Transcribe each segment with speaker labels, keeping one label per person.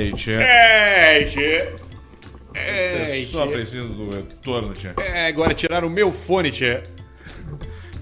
Speaker 1: Ei, Tchê.
Speaker 2: É, Tchê. É,
Speaker 1: Eu só
Speaker 2: Tchê.
Speaker 1: preciso do retorno, Tchê.
Speaker 2: É, agora tiraram o meu fone, Tchê.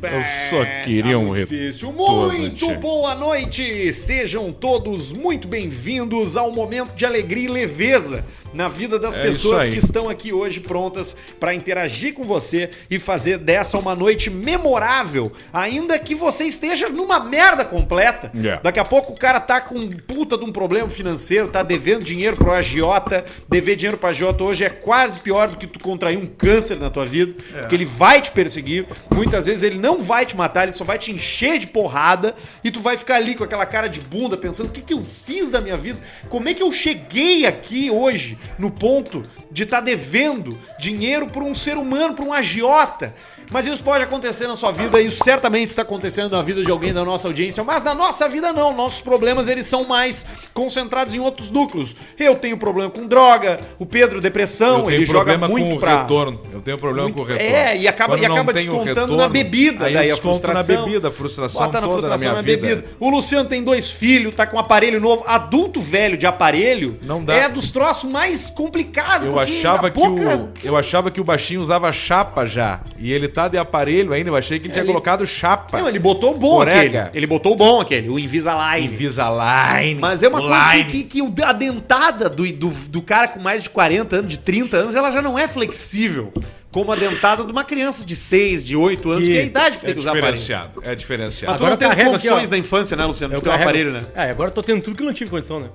Speaker 1: Eu só queria um retorno.
Speaker 2: Difícil.
Speaker 1: Todo
Speaker 2: Muito
Speaker 1: dia.
Speaker 2: boa noite! Sejam todos muito bem-vindos ao momento de alegria e leveza na vida das
Speaker 1: É
Speaker 2: pessoas
Speaker 1: isso aí.
Speaker 2: que estão aqui hoje prontas para interagir com você e fazer dessa uma noite memorável, ainda que você esteja numa merda completa.
Speaker 1: Yeah.
Speaker 2: Daqui a pouco o cara tá com um puta de um problema financeiro, tá devendo dinheiro pro agiota. Dever dinheiro pro agiota hoje é quase pior do que tu contrair um câncer na tua vida, porque ele vai te perseguir. Muitas vezes ele não vai te matar, ele só vai te encher de porrada e tu vai ficar ali com aquela cara de bunda pensando: o que, que eu fiz da minha vida? Como é que eu cheguei aqui hoje no ponto de estar devendo dinheiro pra um ser humano, pra um agiota? Mas isso pode acontecer na sua vida, isso certamente está acontecendo na vida de alguém da nossa audiência, mas na nossa vida não. Nossos problemas eles são mais concentrados em outros núcleos. Eu tenho problema com droga, o Pedro depressão, ele joga
Speaker 1: um com
Speaker 2: muito
Speaker 1: o
Speaker 2: pra
Speaker 1: retorno. Eu tenho um problema
Speaker 2: muito-
Speaker 1: com o retorno.
Speaker 2: É, e acaba-
Speaker 1: Quando
Speaker 2: e
Speaker 1: não
Speaker 2: acaba
Speaker 1: tem o
Speaker 2: descontando na bebida,
Speaker 1: aí
Speaker 2: daí a
Speaker 1: eu desconto
Speaker 2: frustração.
Speaker 1: na bebida, a frustração
Speaker 2: Bota na
Speaker 1: toda
Speaker 2: frustração
Speaker 1: na
Speaker 2: na
Speaker 1: minha vida.
Speaker 2: bebida. O Luciano tem dois filhos, tá com um aparelho novo, adulto velho de aparelho.
Speaker 1: Não dá.
Speaker 2: É dos troços mais complicados.
Speaker 1: Eu
Speaker 2: porque
Speaker 1: achava,
Speaker 2: a
Speaker 1: que
Speaker 2: boca-
Speaker 1: o, eu achava que o baixinho usava chapa já. E ele tá de aparelho ainda. Eu achei que ele tinha
Speaker 2: Ele-
Speaker 1: colocado chapa.
Speaker 2: Não, ele botou o bom
Speaker 1: Orega.
Speaker 2: aquele. Ele botou o bom aquele, o Invisalign.
Speaker 1: Invisalign.
Speaker 2: Mas é uma coisa
Speaker 1: Line.
Speaker 2: que, que, que o- a dentada do, do, do cara com mais de 40 anos, de 30 anos, ela já não é flexível. Como a dentada de uma criança de 6, de 8 anos, que, é a idade que tem que usar
Speaker 1: é
Speaker 2: aparelho.
Speaker 1: diferenciado. É
Speaker 2: Mas
Speaker 1: diferenciado.
Speaker 2: tu não
Speaker 3: Agora eu
Speaker 2: teve
Speaker 3: carrego aqui,
Speaker 2: condições
Speaker 3: ó.
Speaker 2: da infância, né, Luciano?
Speaker 3: Eu
Speaker 2: De ter um
Speaker 3: carrego-
Speaker 2: aparelho, né?
Speaker 3: É, agora eu tô tendo tudo que eu não tive condição, né?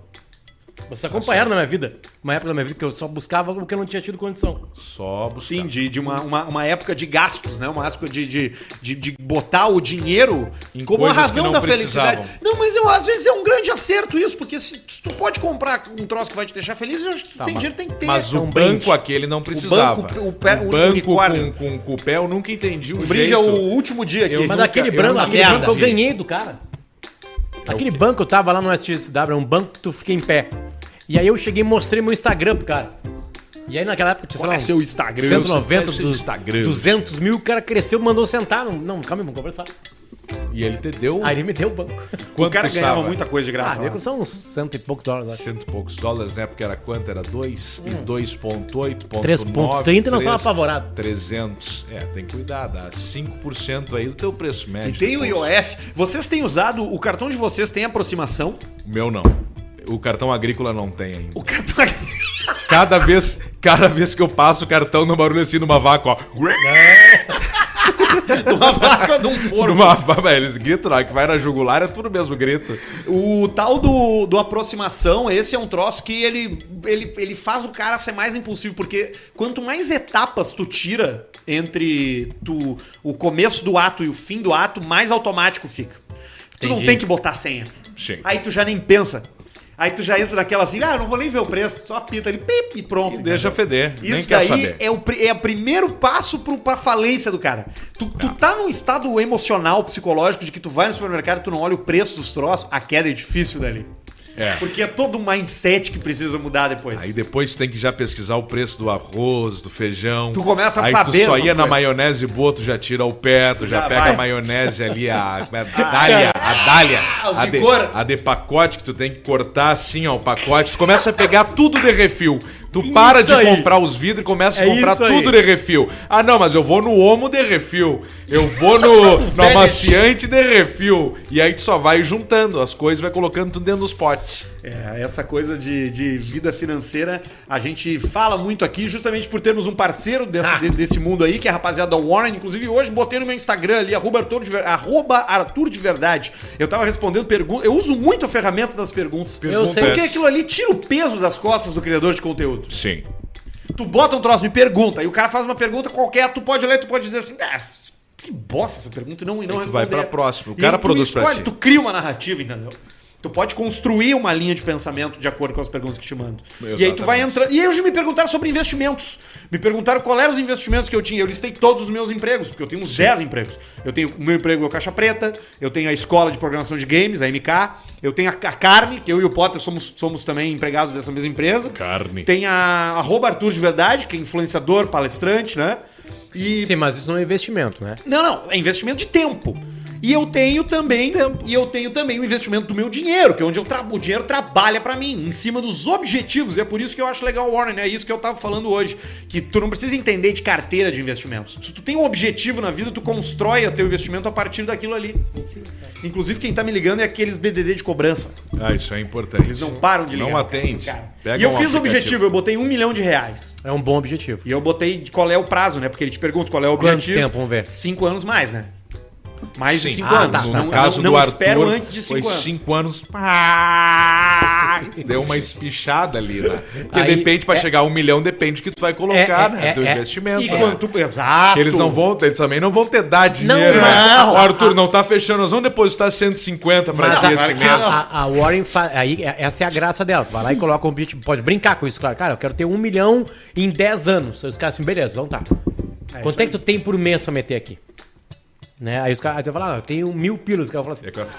Speaker 3: Vocês acompanharam na minha vida. Uma época da minha vida que eu só buscava o que eu não tinha tido condição.
Speaker 1: Só buscar.
Speaker 2: Sim, de, de uma, uma, uma época de gastos, né? Uma época de, de, de, de botar o dinheiro
Speaker 1: Em
Speaker 2: como a
Speaker 1: coisas que
Speaker 2: razão
Speaker 1: não
Speaker 2: da felicidade.
Speaker 1: precisavam.
Speaker 2: Não, mas eu, às vezes é um grande acerto isso, porque se, se tu pode comprar um troço que vai te deixar feliz, eu acho que tu
Speaker 3: Tá,
Speaker 2: tem
Speaker 3: mas-
Speaker 2: dinheiro, tem que ter.
Speaker 1: Mas
Speaker 3: É
Speaker 1: o
Speaker 3: um
Speaker 1: banco
Speaker 3: brinde.
Speaker 1: aquele não precisava.
Speaker 2: banco, o pé- o
Speaker 1: banco
Speaker 2: unicórnio.
Speaker 1: com, com, com o pé eu nunca entendi o,
Speaker 2: o brinde
Speaker 1: jeito.
Speaker 2: é o último dia aqui.
Speaker 1: Eu
Speaker 3: Mas
Speaker 1: nunca-
Speaker 3: aquele
Speaker 1: eu
Speaker 3: branco,
Speaker 1: nunca-
Speaker 3: aquele
Speaker 2: é merda, É
Speaker 3: branco eu
Speaker 2: filho.
Speaker 3: ganhei do cara. Aquele banco eu tava lá no SXW, é um banco que tu fica em pé. E aí eu cheguei e mostrei meu Instagram pro cara. E aí naquela época tinha, sei
Speaker 2: Qual
Speaker 3: lá,
Speaker 2: é seu Instagram?
Speaker 3: 190,
Speaker 1: Seu
Speaker 3: du-
Speaker 1: Instagram.
Speaker 3: 200 mil, o cara cresceu, mandou sentar. Não, não calma aí, vamos conversar.
Speaker 1: E ele te deu
Speaker 3: Aí ele me deu o banco.
Speaker 1: quanto
Speaker 2: o cara
Speaker 1: custava?
Speaker 2: ganhava muita coisa de
Speaker 3: Ah,
Speaker 2: graça.
Speaker 3: deu
Speaker 2: lá.
Speaker 3: custar uns cento e poucos dólares, eu acho.
Speaker 1: Cento e poucos dólares, né? Porque era quanto? Era 2
Speaker 2: Hum.
Speaker 1: e 2.8,
Speaker 3: 3.30 e nós estamos apavorados.
Speaker 1: 300. É, tem que cuidar, dá 5% aí do teu preço médio.
Speaker 2: E tem o
Speaker 1: Poxa,
Speaker 2: IOF. Vocês têm usado, o cartão de vocês tem aproximação?
Speaker 1: o Meu não. O cartão agrícola não tem ainda.
Speaker 2: O cartão.
Speaker 1: Cada vez, cada vez que eu passo o cartão no barulho assim numa vaca, ó.
Speaker 2: Uma vaca de um porco.
Speaker 1: Numa vaca, eles gritam lá, que vai na jugular é tudo o mesmo grito.
Speaker 2: O tal do, do aproximação, esse é um troço que ele, ele, ele faz o cara ser mais impulsivo, porque quanto mais etapas tu tira entre tu, o começo do ato e o fim do ato, mais automático fica. Tu não
Speaker 3: Entendi.
Speaker 2: tem que botar senha.
Speaker 1: Sim.
Speaker 2: Aí tu já nem pensa. Aí tu já entra naquela assim, ah, eu não vou nem ver o preço, só apita ali, pip, e pronto.
Speaker 1: E deixa
Speaker 2: entendeu?
Speaker 1: feder, nem
Speaker 2: Isso
Speaker 1: quer
Speaker 2: daí
Speaker 1: saber.
Speaker 2: é o, pri- é o primeiro passo pro, pra falência do cara. Tu, tu tá num estado emocional, psicológico, de que tu vai no supermercado e tu não olha o preço dos troços, a queda é difícil dali.
Speaker 1: É.
Speaker 2: Porque é todo um mindset que precisa mudar depois.
Speaker 1: Aí depois tu tem que já pesquisar o preço do arroz, do feijão.
Speaker 2: Tu começa a
Speaker 1: Aí
Speaker 2: saber
Speaker 1: tu só
Speaker 2: essas
Speaker 1: ia na
Speaker 2: coisas.
Speaker 1: maionese boa, tu já tira o pé, tu já,
Speaker 2: Já
Speaker 1: pega a
Speaker 2: vai.
Speaker 1: maionese ali, a, é, a dália, a dália.
Speaker 2: Ah, o
Speaker 1: a, de,
Speaker 2: vigor.
Speaker 1: a de pacote que tu tem que cortar assim, ó, o pacote. Tu começa a pegar tudo de refil. Tu para de
Speaker 3: aí.
Speaker 1: comprar os vidros e começa a
Speaker 3: É
Speaker 1: comprar
Speaker 3: isso aí.
Speaker 1: tudo de refil. Ah, não, mas eu vou no Omo de refil. Eu vou no, no
Speaker 2: Velho.
Speaker 1: amaciante de refil. E aí tu só vai juntando as coisas, vai colocando tudo dentro dos potes.
Speaker 2: É, essa coisa de, de vida financeira, a gente fala muito aqui, justamente por termos um parceiro desse,
Speaker 3: Ah.
Speaker 2: de- desse mundo aí, que é a rapaziada da Warren. Inclusive, hoje botei no meu Instagram ali, arroba Arthur de, Ver- arroba Arthur de Verdade. Eu tava respondendo perguntas. Eu uso muito a ferramenta das perguntas.
Speaker 3: Eu sei.
Speaker 2: Porque aquilo ali tira o peso das costas do criador de conteúdo.
Speaker 1: Sim.
Speaker 2: Tu bota um troço, me pergunta, e o cara faz uma pergunta qualquer, tu pode ler, tu pode dizer assim, ah, que bosta essa pergunta, e não, e não
Speaker 1: Aí É tu
Speaker 2: responder.
Speaker 1: vai pra próxima, o
Speaker 2: E
Speaker 1: cara
Speaker 2: tu
Speaker 1: produz pra
Speaker 2: escolhe,
Speaker 1: ti.
Speaker 2: Tu cria uma narrativa, entendeu? Tu pode construir uma linha de pensamento de acordo com as perguntas que te mando. E aí tu
Speaker 1: Exatamente.
Speaker 2: vai entrando. E aí hoje me perguntaram sobre investimentos. Me perguntaram qual eram os investimentos que eu tinha. Eu listei todos os meus empregos, porque eu tenho uns 10 empregos. Eu tenho o meu emprego é o Caixa Preta, eu tenho a escola de programação de games, a MK, eu tenho a Ca- Carme, que eu e o Potter somos, somos também empregados dessa mesma empresa.
Speaker 1: Carne.
Speaker 2: Tem a arroba Arthur de Verdade, que é influenciador, palestrante, né? E.
Speaker 3: Sim, mas isso não é investimento, né?
Speaker 2: Não, não, é investimento de tempo. E eu tenho também, e eu tenho também o investimento do meu dinheiro, que é onde eu tra- o dinheiro trabalha pra mim, em cima dos objetivos. E é por isso que eu acho legal o Warren, é isso que eu tava falando hoje, que tu não precisa entender de carteira de investimentos. Se tu tem um objetivo na vida, tu constrói o teu investimento a partir daquilo ali. Inclusive quem tá me ligando é aqueles BDD de cobrança.
Speaker 1: Ah, isso é importante.
Speaker 2: Eles não param de
Speaker 1: Não
Speaker 2: ligar.
Speaker 1: atende.
Speaker 2: Cara.
Speaker 1: Pega
Speaker 2: E eu
Speaker 1: um
Speaker 2: fiz o
Speaker 1: aplicativo.
Speaker 2: objetivo, eu botei um milhão de reais.
Speaker 3: É um bom objetivo.
Speaker 2: E eu botei de qual é o prazo, né? Porque ele te pergunta qual é o
Speaker 3: Quanto
Speaker 2: objetivo.
Speaker 3: tempo, vamos ver?
Speaker 2: Cinco anos mais, né? Mais de
Speaker 1: Sim.
Speaker 2: cinco
Speaker 1: Ah,
Speaker 2: anos.
Speaker 1: tá.
Speaker 2: não
Speaker 1: No
Speaker 2: não-
Speaker 1: caso
Speaker 2: não
Speaker 1: do
Speaker 2: espero
Speaker 1: Arthur,
Speaker 2: antes de cinco
Speaker 1: foi
Speaker 2: anos.
Speaker 1: cinco anos.
Speaker 2: Ah,
Speaker 1: Deu uma espichada ali, né? Porque
Speaker 3: Aí,
Speaker 1: depende, pra
Speaker 3: é-
Speaker 1: chegar a um milhão, depende do que tu vai colocar,
Speaker 3: É, é,
Speaker 1: né?
Speaker 3: é,
Speaker 1: do
Speaker 3: é.
Speaker 1: investimento.
Speaker 2: E
Speaker 1: né?
Speaker 2: quanto... Exato.
Speaker 1: Eles não vão, eles também não vão ter dar dinheiro.
Speaker 3: Não,
Speaker 1: né?
Speaker 2: não.
Speaker 1: O Arthur não tá fechando, nós vamos depositar 150 pra
Speaker 3: Mas
Speaker 1: ti
Speaker 3: a,
Speaker 1: esse mês.
Speaker 3: a, a- a Warren, fa- aí, é- essa é a graça dela. Tu vai lá e coloca um objetivo. Pode brincar com isso, claro. Cara, eu quero ter um milhão em 10 anos. Aí os caras assim, beleza, então tá. Quanto é que tu tem por mês pra meter aqui? Né? Aí os caras aí tu vai falar, ah, eu tenho mil pilos. O cara fala assim,
Speaker 1: É com essa-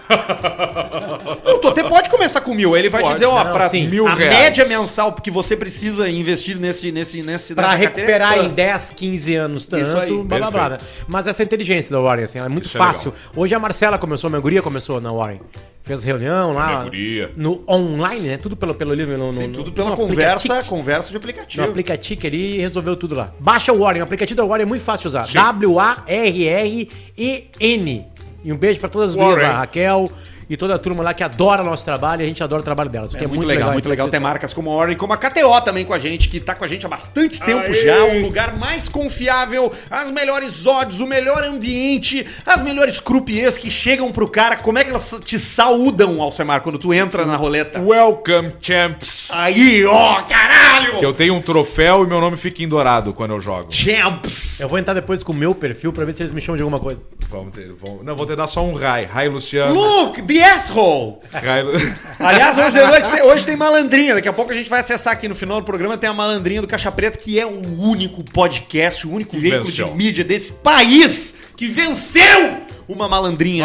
Speaker 2: Não, tu até pode começar com mil. Ele vai te dizer, ó,
Speaker 3: Não,
Speaker 2: pra
Speaker 3: sim.
Speaker 1: Mil
Speaker 2: a
Speaker 1: reais.
Speaker 2: média mensal que você precisa investir nesse, nesse, nesse
Speaker 3: pra
Speaker 2: nessa
Speaker 3: recuperar
Speaker 2: carteira é
Speaker 3: em 10, 15 anos, tanto,
Speaker 2: Isso aí,
Speaker 3: blá blá blá. né? Mas essa inteligência da Warren, assim, ela é muito
Speaker 1: Isso é
Speaker 3: fácil. Hoje a Marcela começou, minha guria começou na Warren. Fez reunião
Speaker 1: Minha
Speaker 3: lá
Speaker 1: guria.
Speaker 3: no online, né? Tudo pelo, pelo livro, no,
Speaker 2: Sim,
Speaker 3: no-
Speaker 2: tudo
Speaker 3: no-
Speaker 2: pela
Speaker 3: no
Speaker 2: conversa,
Speaker 3: aplicativo.
Speaker 2: conversa de
Speaker 3: No
Speaker 2: aplicativo.
Speaker 3: aplicativo ali e resolveu tudo lá. Baixa o Warren, o aplicativo da Warren é muito fácil de usar. W-A-R-R-E-N. E um beijo pra todas as
Speaker 1: Warren.
Speaker 3: gurias lá, Raquel e toda a turma lá que adora o nosso trabalho e a gente adora o trabalho delas.
Speaker 2: É
Speaker 3: porque
Speaker 2: muito, legal, muito legal ter
Speaker 3: Então,
Speaker 2: marcas como a Warren, como a KTO também com a gente, que tá com a gente há bastante tempo já, um lugar mais confiável, as melhores odds, o melhor ambiente, as melhores croupiers que chegam pro cara, como é que elas te saudam, Alcemar, quando tu entra na roleta?
Speaker 1: Welcome, champs.
Speaker 2: Aí, ó, caralho!
Speaker 1: Que eu tenho um troféu e meu nome fica em dourado quando eu jogo.
Speaker 2: Champs!
Speaker 3: Eu vou entrar depois com o meu perfil pra ver se eles me chamam de alguma coisa.
Speaker 1: Vamos ter, vamos... Não, vou ter dar só um rai. Rai, Luciano.
Speaker 2: Look, the asshole!
Speaker 1: Rai, Lu-
Speaker 2: Aliás, hoje de noite tem, hoje tem malandrinha. Daqui a pouco a gente vai acessar aqui no final do programa. Tem a malandrinha do Caixa Preta, que é o único podcast, o único veículo
Speaker 1: venceu.
Speaker 2: de mídia desse país que venceu uma malandrinha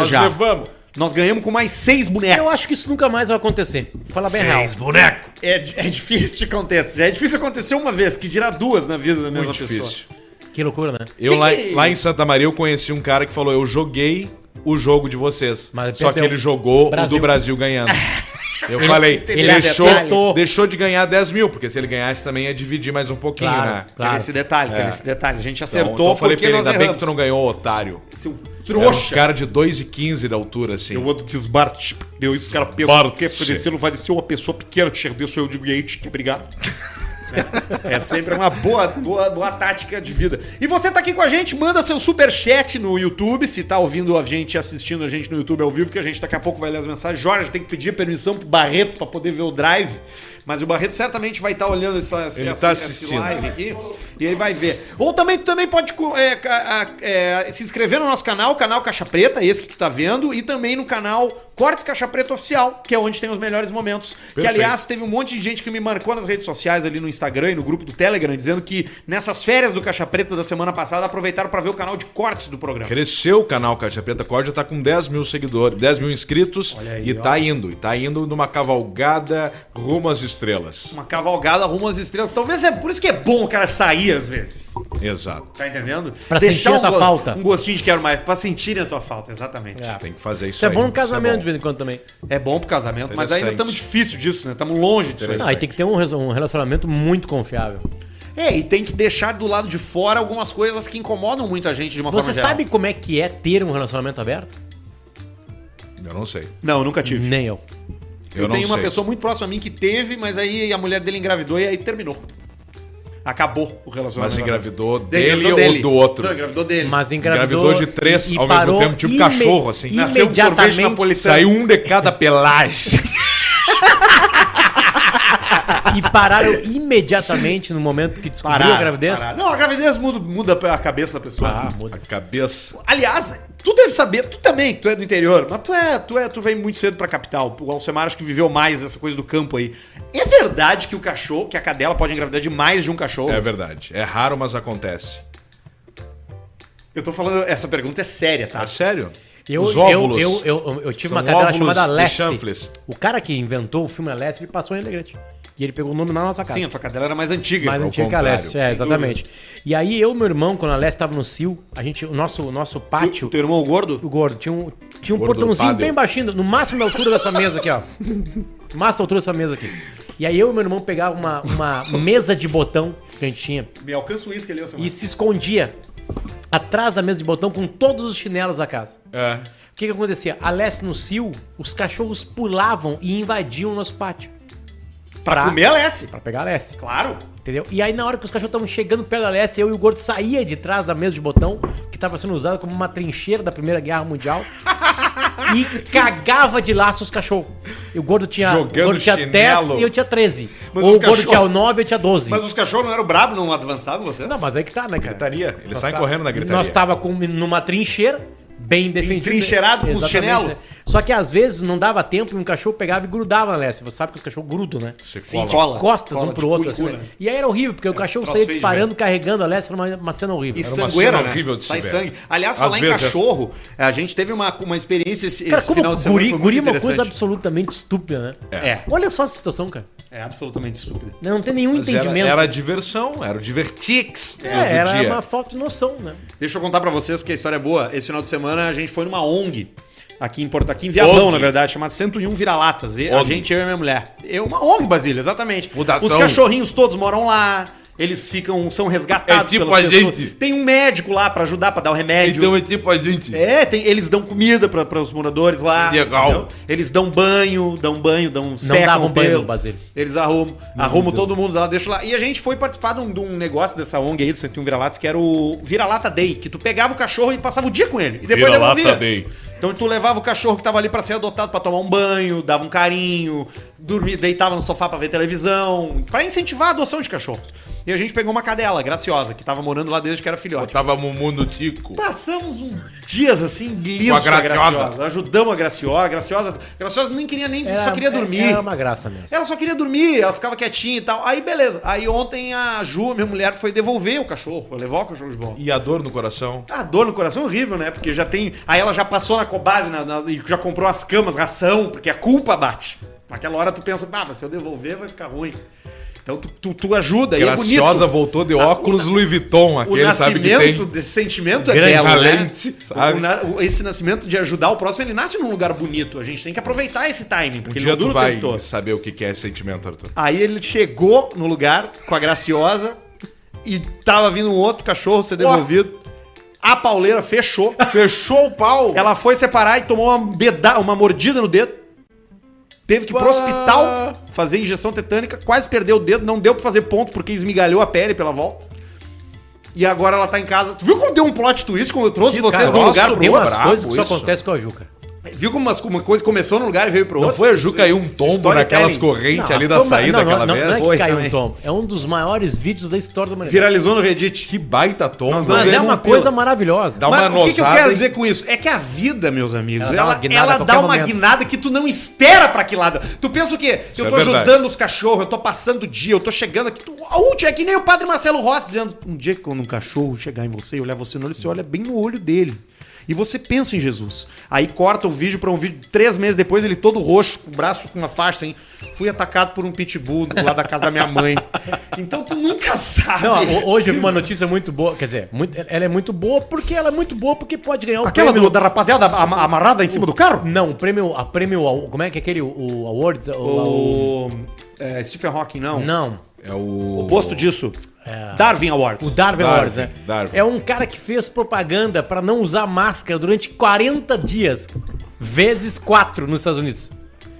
Speaker 1: Nós
Speaker 2: já.
Speaker 1: levamos.
Speaker 2: Nós ganhamos com mais seis bonecos.
Speaker 3: Eu acho que isso nunca mais vai acontecer. Fala bem real.
Speaker 1: bonecos.
Speaker 2: É, di- é difícil de acontecer. Já é difícil acontecer uma vez, que dirá duas na vida da mesma
Speaker 1: Muito
Speaker 2: pessoa.
Speaker 1: difícil.
Speaker 3: Que loucura, né?
Speaker 1: Eu
Speaker 2: Que
Speaker 1: lá,
Speaker 2: que-
Speaker 1: lá em Santa Maria eu conheci um cara que falou: Eu joguei o jogo de vocês.
Speaker 3: Mas
Speaker 1: só que
Speaker 3: perdeu.
Speaker 1: ele jogou o
Speaker 3: Brasil.
Speaker 1: do Brasil ganhando. Eu falei,
Speaker 2: ele
Speaker 1: deixou,
Speaker 3: acertou.
Speaker 1: deixou de ganhar 10 mil, porque se ele ganhasse também ia dividir mais um pouquinho,
Speaker 3: Claro,
Speaker 1: né?
Speaker 3: claro.
Speaker 2: Teve esse detalhe, teve
Speaker 1: É.
Speaker 2: esse detalhe. A gente
Speaker 1: Então,
Speaker 2: acertou
Speaker 1: então eu falei pra
Speaker 2: porque
Speaker 1: ele,
Speaker 2: nós
Speaker 1: ainda bem que
Speaker 2: erramos.
Speaker 1: tu não ganhou, otário.
Speaker 2: Seu
Speaker 1: Era
Speaker 2: trouxa.
Speaker 1: um cara de 2,15 da altura, assim.
Speaker 2: Eu ando desbarte, tipo, deu isso, cara pensa
Speaker 1: Desbarte.
Speaker 2: que é oferecendo vai ser uma pessoa pequena, que chega desse eu de ambiente, que obrigado. É sempre uma boa, boa, boa tática de vida. E você tá aqui com a gente, manda seu superchat no YouTube, se tá ouvindo a gente, assistindo a gente no YouTube ao vivo, que a gente daqui a pouco vai ler as mensagens. Jorge tem que pedir permissão pro Barreto pra poder ver o drive. Mas o Barreto certamente vai estar olhando essa, essa,
Speaker 1: Ele
Speaker 2: essa-
Speaker 1: tá
Speaker 2: esse
Speaker 1: assistindo.
Speaker 2: live aqui e ele vai ver. Ou também, tu também pode co- é, ca- a- é, se inscrever no nosso canal, o canal Caixa Preta, esse que tu tá vendo, e também no canal Cortes Caixa Preta Oficial, que é onde tem os melhores momentos. Que,
Speaker 1: Perfeito.
Speaker 2: aliás, Aliás, teve um monte de gente que me marcou nas redes sociais, ali no Instagram e no grupo do Telegram, dizendo que nessas férias do Caixa Preta da semana passada aproveitaram pra ver o canal de cortes do programa.
Speaker 1: Cresceu o canal Caixa Preta Corte, já tá com 10 mil seguidores, 10 mil inscritos
Speaker 2: Olha aí,
Speaker 1: e
Speaker 2: ó.
Speaker 1: tá indo. E tá indo numa cavalgada rumo às estrelas.
Speaker 2: Uma cavalgada rumo às estrelas. Talvez é por isso que é bom o cara sair às vezes.
Speaker 1: Exato.
Speaker 2: Tá entendendo?
Speaker 3: Pra sentir a tua falta.
Speaker 2: Um gostinho de quero mais. Pra sentirem a tua falta, exatamente. É,
Speaker 3: É.
Speaker 1: Tem que fazer isso
Speaker 3: Isso é
Speaker 1: aí,
Speaker 3: bom no casamento
Speaker 1: bom.
Speaker 3: de vez em quando também.
Speaker 2: bom pro casamento, mas
Speaker 1: Interessante.
Speaker 2: ainda estamos difícil disso, né? Estamos longe disso. aí.
Speaker 1: Interessante.
Speaker 3: Não, aí tem que ter um, res- um relacionamento muito confiável.
Speaker 2: É, e tem que deixar do lado de fora algumas coisas que incomodam muito a gente de uma
Speaker 3: Você
Speaker 2: forma geral.
Speaker 3: sabe como é que é ter um relacionamento aberto?
Speaker 1: Eu não sei.
Speaker 2: Não, eu nunca tive.
Speaker 3: Nem eu.
Speaker 1: Uhum. Eu,
Speaker 2: Eu,
Speaker 1: não
Speaker 2: tenho uma
Speaker 1: sei.
Speaker 2: pessoa muito próxima a mim que teve, mas aí a mulher dele engravidou e aí terminou. Acabou o relacionamento.
Speaker 1: Mas engravidou
Speaker 3: né?
Speaker 1: dele,
Speaker 2: Engravidou
Speaker 1: ou do outro?
Speaker 2: Não, engravidou dele.
Speaker 3: Mas engravidou,
Speaker 1: Engravidou de três ao mesmo
Speaker 3: parou
Speaker 1: tempo, tipo
Speaker 3: ime-
Speaker 1: cachorro, assim.
Speaker 2: Nasceu um sorvete
Speaker 3: Imediatamente.
Speaker 2: napolitano.
Speaker 1: Saiu um de cada pelagem.
Speaker 3: E pararam imediatamente no momento que descobriu
Speaker 2: Pararam,
Speaker 3: a gravidez.
Speaker 2: pararam. Não, a gravidez muda, muda a cabeça da pessoa.
Speaker 3: Ah, muda.
Speaker 1: A cabeça.
Speaker 2: Aliás, tu deve saber, tu também, que tu é do interior, mas tu é, tu é, tu vem muito cedo pra capital. O Alcemar acho que viveu mais essa coisa do campo aí. É verdade que o cachorro, que a cadela pode engravidar de mais de um cachorro?
Speaker 1: É verdade. É raro, mas acontece.
Speaker 2: Eu tô falando, essa pergunta é séria, tá?
Speaker 1: Ah, sério?
Speaker 3: Eu,
Speaker 1: Os
Speaker 3: eu-
Speaker 1: óvulos.
Speaker 3: Eu, eu, eu, tive uma
Speaker 1: São
Speaker 3: cadela
Speaker 1: óvulos
Speaker 3: chamada
Speaker 1: de
Speaker 3: Lessie.
Speaker 1: chanfles.
Speaker 3: O cara que inventou o filme Lessie, ele passou em Alegrete. E ele pegou o nome na nossa casa.
Speaker 2: Sim, a tua cadela era mais antiga.
Speaker 3: Mais
Speaker 2: ao
Speaker 3: antigo que a
Speaker 2: contrário,
Speaker 3: Leste, é,
Speaker 2: sem
Speaker 3: exatamente.
Speaker 2: dúvida.
Speaker 3: E aí eu e meu irmão, quando a Leste estava no Sil, a gente, o nosso, o nosso pátio,
Speaker 2: Teu, teu irmão gordo?
Speaker 3: o gordo, tinha um, tinha um
Speaker 1: Gordo
Speaker 3: portãozinho
Speaker 1: Tadeu.
Speaker 3: bem baixinho, no máximo da altura dessa mesa aqui, ó. No máximo da altura dessa mesa aqui. E aí eu e meu irmão pegava uma, uma mesa de botão que a gente tinha
Speaker 2: Me alcança o uísque ali, ô Samuel.
Speaker 3: e se escondia atrás da mesa de botão com todos os chinelos da casa.
Speaker 1: É.
Speaker 3: O que, que acontecia? A Leste no Sil, os cachorros pulavam e invadiam o nosso pátio.
Speaker 2: Pra comer a Leste.
Speaker 3: Pra pegar a Leste.
Speaker 2: Claro.
Speaker 3: Entendeu? E aí, na hora que os cachorros estavam chegando perto da Leste, eu e o Gordo saía de trás da mesa de botão, que estava sendo usada como uma trincheira da Primeira Guerra Mundial, e cagava de laço os cachorros. E o Gordo tinha, o
Speaker 1: Jogando
Speaker 3: gordo tinha 10
Speaker 1: chinelo.
Speaker 3: e eu tinha 13.
Speaker 2: Mas
Speaker 3: Ou
Speaker 2: os
Speaker 3: o Gordo
Speaker 2: cachorros-
Speaker 3: tinha 9 e eu tinha 12.
Speaker 2: Mas os cachorros não eram bravos, não avançavam vocês?
Speaker 3: Não, mas aí que tá, né, cara?
Speaker 1: Gritaria. Eles
Speaker 3: Nós
Speaker 1: saem
Speaker 3: tá-
Speaker 1: correndo na gritaria.
Speaker 3: Nós tava com, um, numa trincheira, bem defendida.
Speaker 2: Entrincheirado com os
Speaker 3: Exatamente,
Speaker 2: chinelo?
Speaker 3: né? Só que às vezes não dava tempo e um cachorro pegava e grudava na Leste. Você sabe que os cachorros grudam, né?
Speaker 1: Se
Speaker 2: Sim,
Speaker 1: cola.
Speaker 2: cola.
Speaker 3: costas
Speaker 2: Cola
Speaker 3: um
Speaker 2: de
Speaker 3: pro outro.
Speaker 2: cu em
Speaker 3: Assim,
Speaker 2: cu,
Speaker 3: né?
Speaker 2: né?
Speaker 3: E aí era horrível, porque o cachorro
Speaker 2: troço
Speaker 3: saía
Speaker 2: feio de
Speaker 3: disparando, carregando a Leste, era uma, uma cena horrível.
Speaker 2: E
Speaker 3: Era
Speaker 1: uma
Speaker 2: sangueira,
Speaker 1: cena
Speaker 2: né?
Speaker 1: horrível de se
Speaker 2: Sai
Speaker 1: ver.
Speaker 2: sangue. Aliás,
Speaker 1: Às
Speaker 2: falar em
Speaker 1: vezes é-
Speaker 2: cachorro, a gente teve uma, uma experiência esse,
Speaker 3: Cara,
Speaker 2: esse
Speaker 3: como
Speaker 2: final de semana.
Speaker 3: guri,
Speaker 2: foi muito
Speaker 3: guri é uma coisa
Speaker 2: interessante.
Speaker 3: absolutamente estúpida, né?
Speaker 1: É.
Speaker 3: Olha só essa situação, cara.
Speaker 2: É absolutamente estúpido.
Speaker 3: Não tem nenhum
Speaker 1: Mas era,
Speaker 3: entendimento.
Speaker 1: era a diversão, era o divertix do
Speaker 3: É, era
Speaker 1: dia.
Speaker 3: uma falta de noção, né?
Speaker 2: Deixa eu contar pra vocês, porque a história é boa. Esse final de semana a gente foi numa ONG. Aqui em Porto, aqui em Viabão,
Speaker 1: ONG.
Speaker 2: na verdade, chamada 101 Vira-Latas. E A
Speaker 1: ONG.
Speaker 2: gente, eu e minha mulher. É uma ONG, Basílio, exatamente.
Speaker 1: Fundação.
Speaker 2: Os cachorrinhos todos moram lá. Eles ficam, são resgatados
Speaker 1: É tipo a gente.
Speaker 2: Tem um médico lá pra ajudar, pra dar o remédio.
Speaker 1: Então é tipo a gente.
Speaker 2: É, tem- eles dão comida para os moradores lá.
Speaker 1: Legal.
Speaker 2: entendeu? Eles dão banho, dão banho, dão Não
Speaker 3: davam banho no Basílio.
Speaker 2: Eles arrumam, arrumam todo mundo lá, deixa lá. E a gente foi participar de um, de um negócio dessa ONG aí do 101 Vira-Latas, que era o Vira-Lata Day, que tu pegava o cachorro e passava o dia com ele. E depois
Speaker 1: Vira-lata
Speaker 2: devolvia.
Speaker 1: Day.
Speaker 2: Então tu levava o cachorro que tava ali para ser adotado para tomar um banho, dava um carinho, dormia, deitava no sofá para ver televisão, para incentivar a adoção de cachorros. E a gente pegou uma cadela graciosa, que tava morando lá desde que era filhote.
Speaker 1: Botava Mumu no tico.
Speaker 2: Passamos um dias assim lindos com
Speaker 1: Com
Speaker 2: a
Speaker 1: a Graciosa.
Speaker 2: Graciosa. Ajudamos a Graciosa. A Graciosa, a Graciosa nem queria nem,
Speaker 3: Era,
Speaker 2: só queria
Speaker 3: era-
Speaker 2: dormir.
Speaker 3: Era uma graça mesmo.
Speaker 2: Ela só queria dormir, ela ficava quietinha e tal. Aí beleza. Aí ontem a Ju, minha mulher, foi devolver o cachorro, foi levar o cachorro de volta.
Speaker 1: E a dor no coração.
Speaker 2: A dor no coração é horrível, né? Porque já tem. Aí ela já passou na Cobase na- na- e já comprou as camas, ração, porque a culpa bate. Naquela hora tu pensa, ah, mas se eu devolver vai ficar ruim. Então tu, tu- tu ajuda e é
Speaker 1: Graciosa
Speaker 2: bonito.
Speaker 1: voltou de
Speaker 2: Na-
Speaker 1: óculos Louis Vuitton.
Speaker 2: O
Speaker 1: Aquele sabe que tem.
Speaker 2: nascimento desse sentimento é
Speaker 1: Grande
Speaker 2: belo,
Speaker 1: talento,
Speaker 2: né?
Speaker 1: sabe?
Speaker 2: O na- o- esse nascimento de ajudar o próximo, ele nasce num lugar bonito. A gente tem que aproveitar esse timing,
Speaker 1: Um
Speaker 2: porque ele
Speaker 1: dia
Speaker 2: não dura
Speaker 1: tu
Speaker 2: o
Speaker 1: vai
Speaker 2: tempo todo.
Speaker 1: saber o que que é esse sentimento, Arthur.
Speaker 2: Aí ele chegou no lugar com a Graciosa e tava vindo um outro cachorro ser devolvido. A pauleira fechou.
Speaker 1: Fechou o pau!
Speaker 2: Ela foi separar e tomou uma, deda- uma mordida no dedo. Teve que ir pro
Speaker 1: Bah.
Speaker 2: hospital fazer injeção tetânica, quase perdeu o dedo, não deu pra fazer ponto porque esmigalhou a pele pela volta. E agora ela tá em casa. Tu viu como deu um plot twist quando eu trouxe vocês
Speaker 3: Cara,
Speaker 2: de um lugar
Speaker 3: nossa,
Speaker 2: pro
Speaker 3: tem
Speaker 2: outro? Ah,
Speaker 3: umas
Speaker 1: brabo
Speaker 3: coisas que só
Speaker 1: isso.
Speaker 3: acontecem com a Juca.
Speaker 2: Viu como umas- uma coisa começou num lugar e veio pro
Speaker 1: Não
Speaker 2: outro?
Speaker 1: foi a Ju caiu um
Speaker 2: Esse
Speaker 1: tombo naquelas
Speaker 2: storytelling
Speaker 1: correntes
Speaker 3: Não,
Speaker 1: ali
Speaker 3: foi
Speaker 1: da
Speaker 3: uma-
Speaker 1: saída
Speaker 3: não, não,
Speaker 1: aquela
Speaker 3: não,
Speaker 1: vez?
Speaker 3: Não é que caiu
Speaker 2: também.
Speaker 3: um tom. É um dos maiores vídeos da história do humanidade.
Speaker 2: Viralizou no Reddit.
Speaker 1: Que baita tombo.
Speaker 2: Nós não
Speaker 1: Mas
Speaker 3: Mas é
Speaker 2: vemos
Speaker 3: uma
Speaker 2: um
Speaker 3: coisa
Speaker 2: pila.
Speaker 3: maravilhosa.
Speaker 1: Dá uma
Speaker 2: Mas o que, que eu
Speaker 1: nosada,
Speaker 2: quero
Speaker 1: hein?
Speaker 2: dizer com isso? É que a vida, meus amigos,
Speaker 3: Ela dá uma
Speaker 2: ela,
Speaker 3: guinada a
Speaker 2: ela dá
Speaker 3: qualquer
Speaker 2: uma
Speaker 3: momento.
Speaker 2: guinada que tu não espera pra que lado. Tu pensa o quê? eu
Speaker 1: é
Speaker 2: tô
Speaker 1: verdade.
Speaker 2: ajudando os cachorros, eu tô passando o dia, eu tô chegando aqui. Tu, a última é que nem o padre Marcelo Rossi dizendo: um dia que quando um cachorro chegar em você e olhar você no olho, você olha bem no olho dele. E você pensa em Jesus. Aí corta o vídeo pra um vídeo, três meses depois, ele todo roxo, com o braço com uma faixa, hein? Fui atacado por um pitbull lá da casa da minha mãe. Então tu nunca sabe.
Speaker 3: Não, ho- hoje eu vi uma notícia muito boa, quer dizer, muito- ela é muito boa porque ela é muito boa porque pode ganhar o
Speaker 2: Aquela
Speaker 3: prêmio.
Speaker 2: do- da rapaziada ama- amarrada em cima do carro?
Speaker 3: Não, o prêmio, a prêmio, Aw- como é que é aquele, o- o Awards? O, o-
Speaker 2: O é, Stephen Hawking, não.
Speaker 3: Não, É.
Speaker 1: É o...
Speaker 2: O oposto disso. Darwin Awards.
Speaker 3: o Darwin,
Speaker 1: Darwin,
Speaker 3: Awards, né?
Speaker 1: Darwin.
Speaker 3: É um cara que fez propaganda pra não usar máscara durante 40 dias, vezes 4 nos Estados Unidos.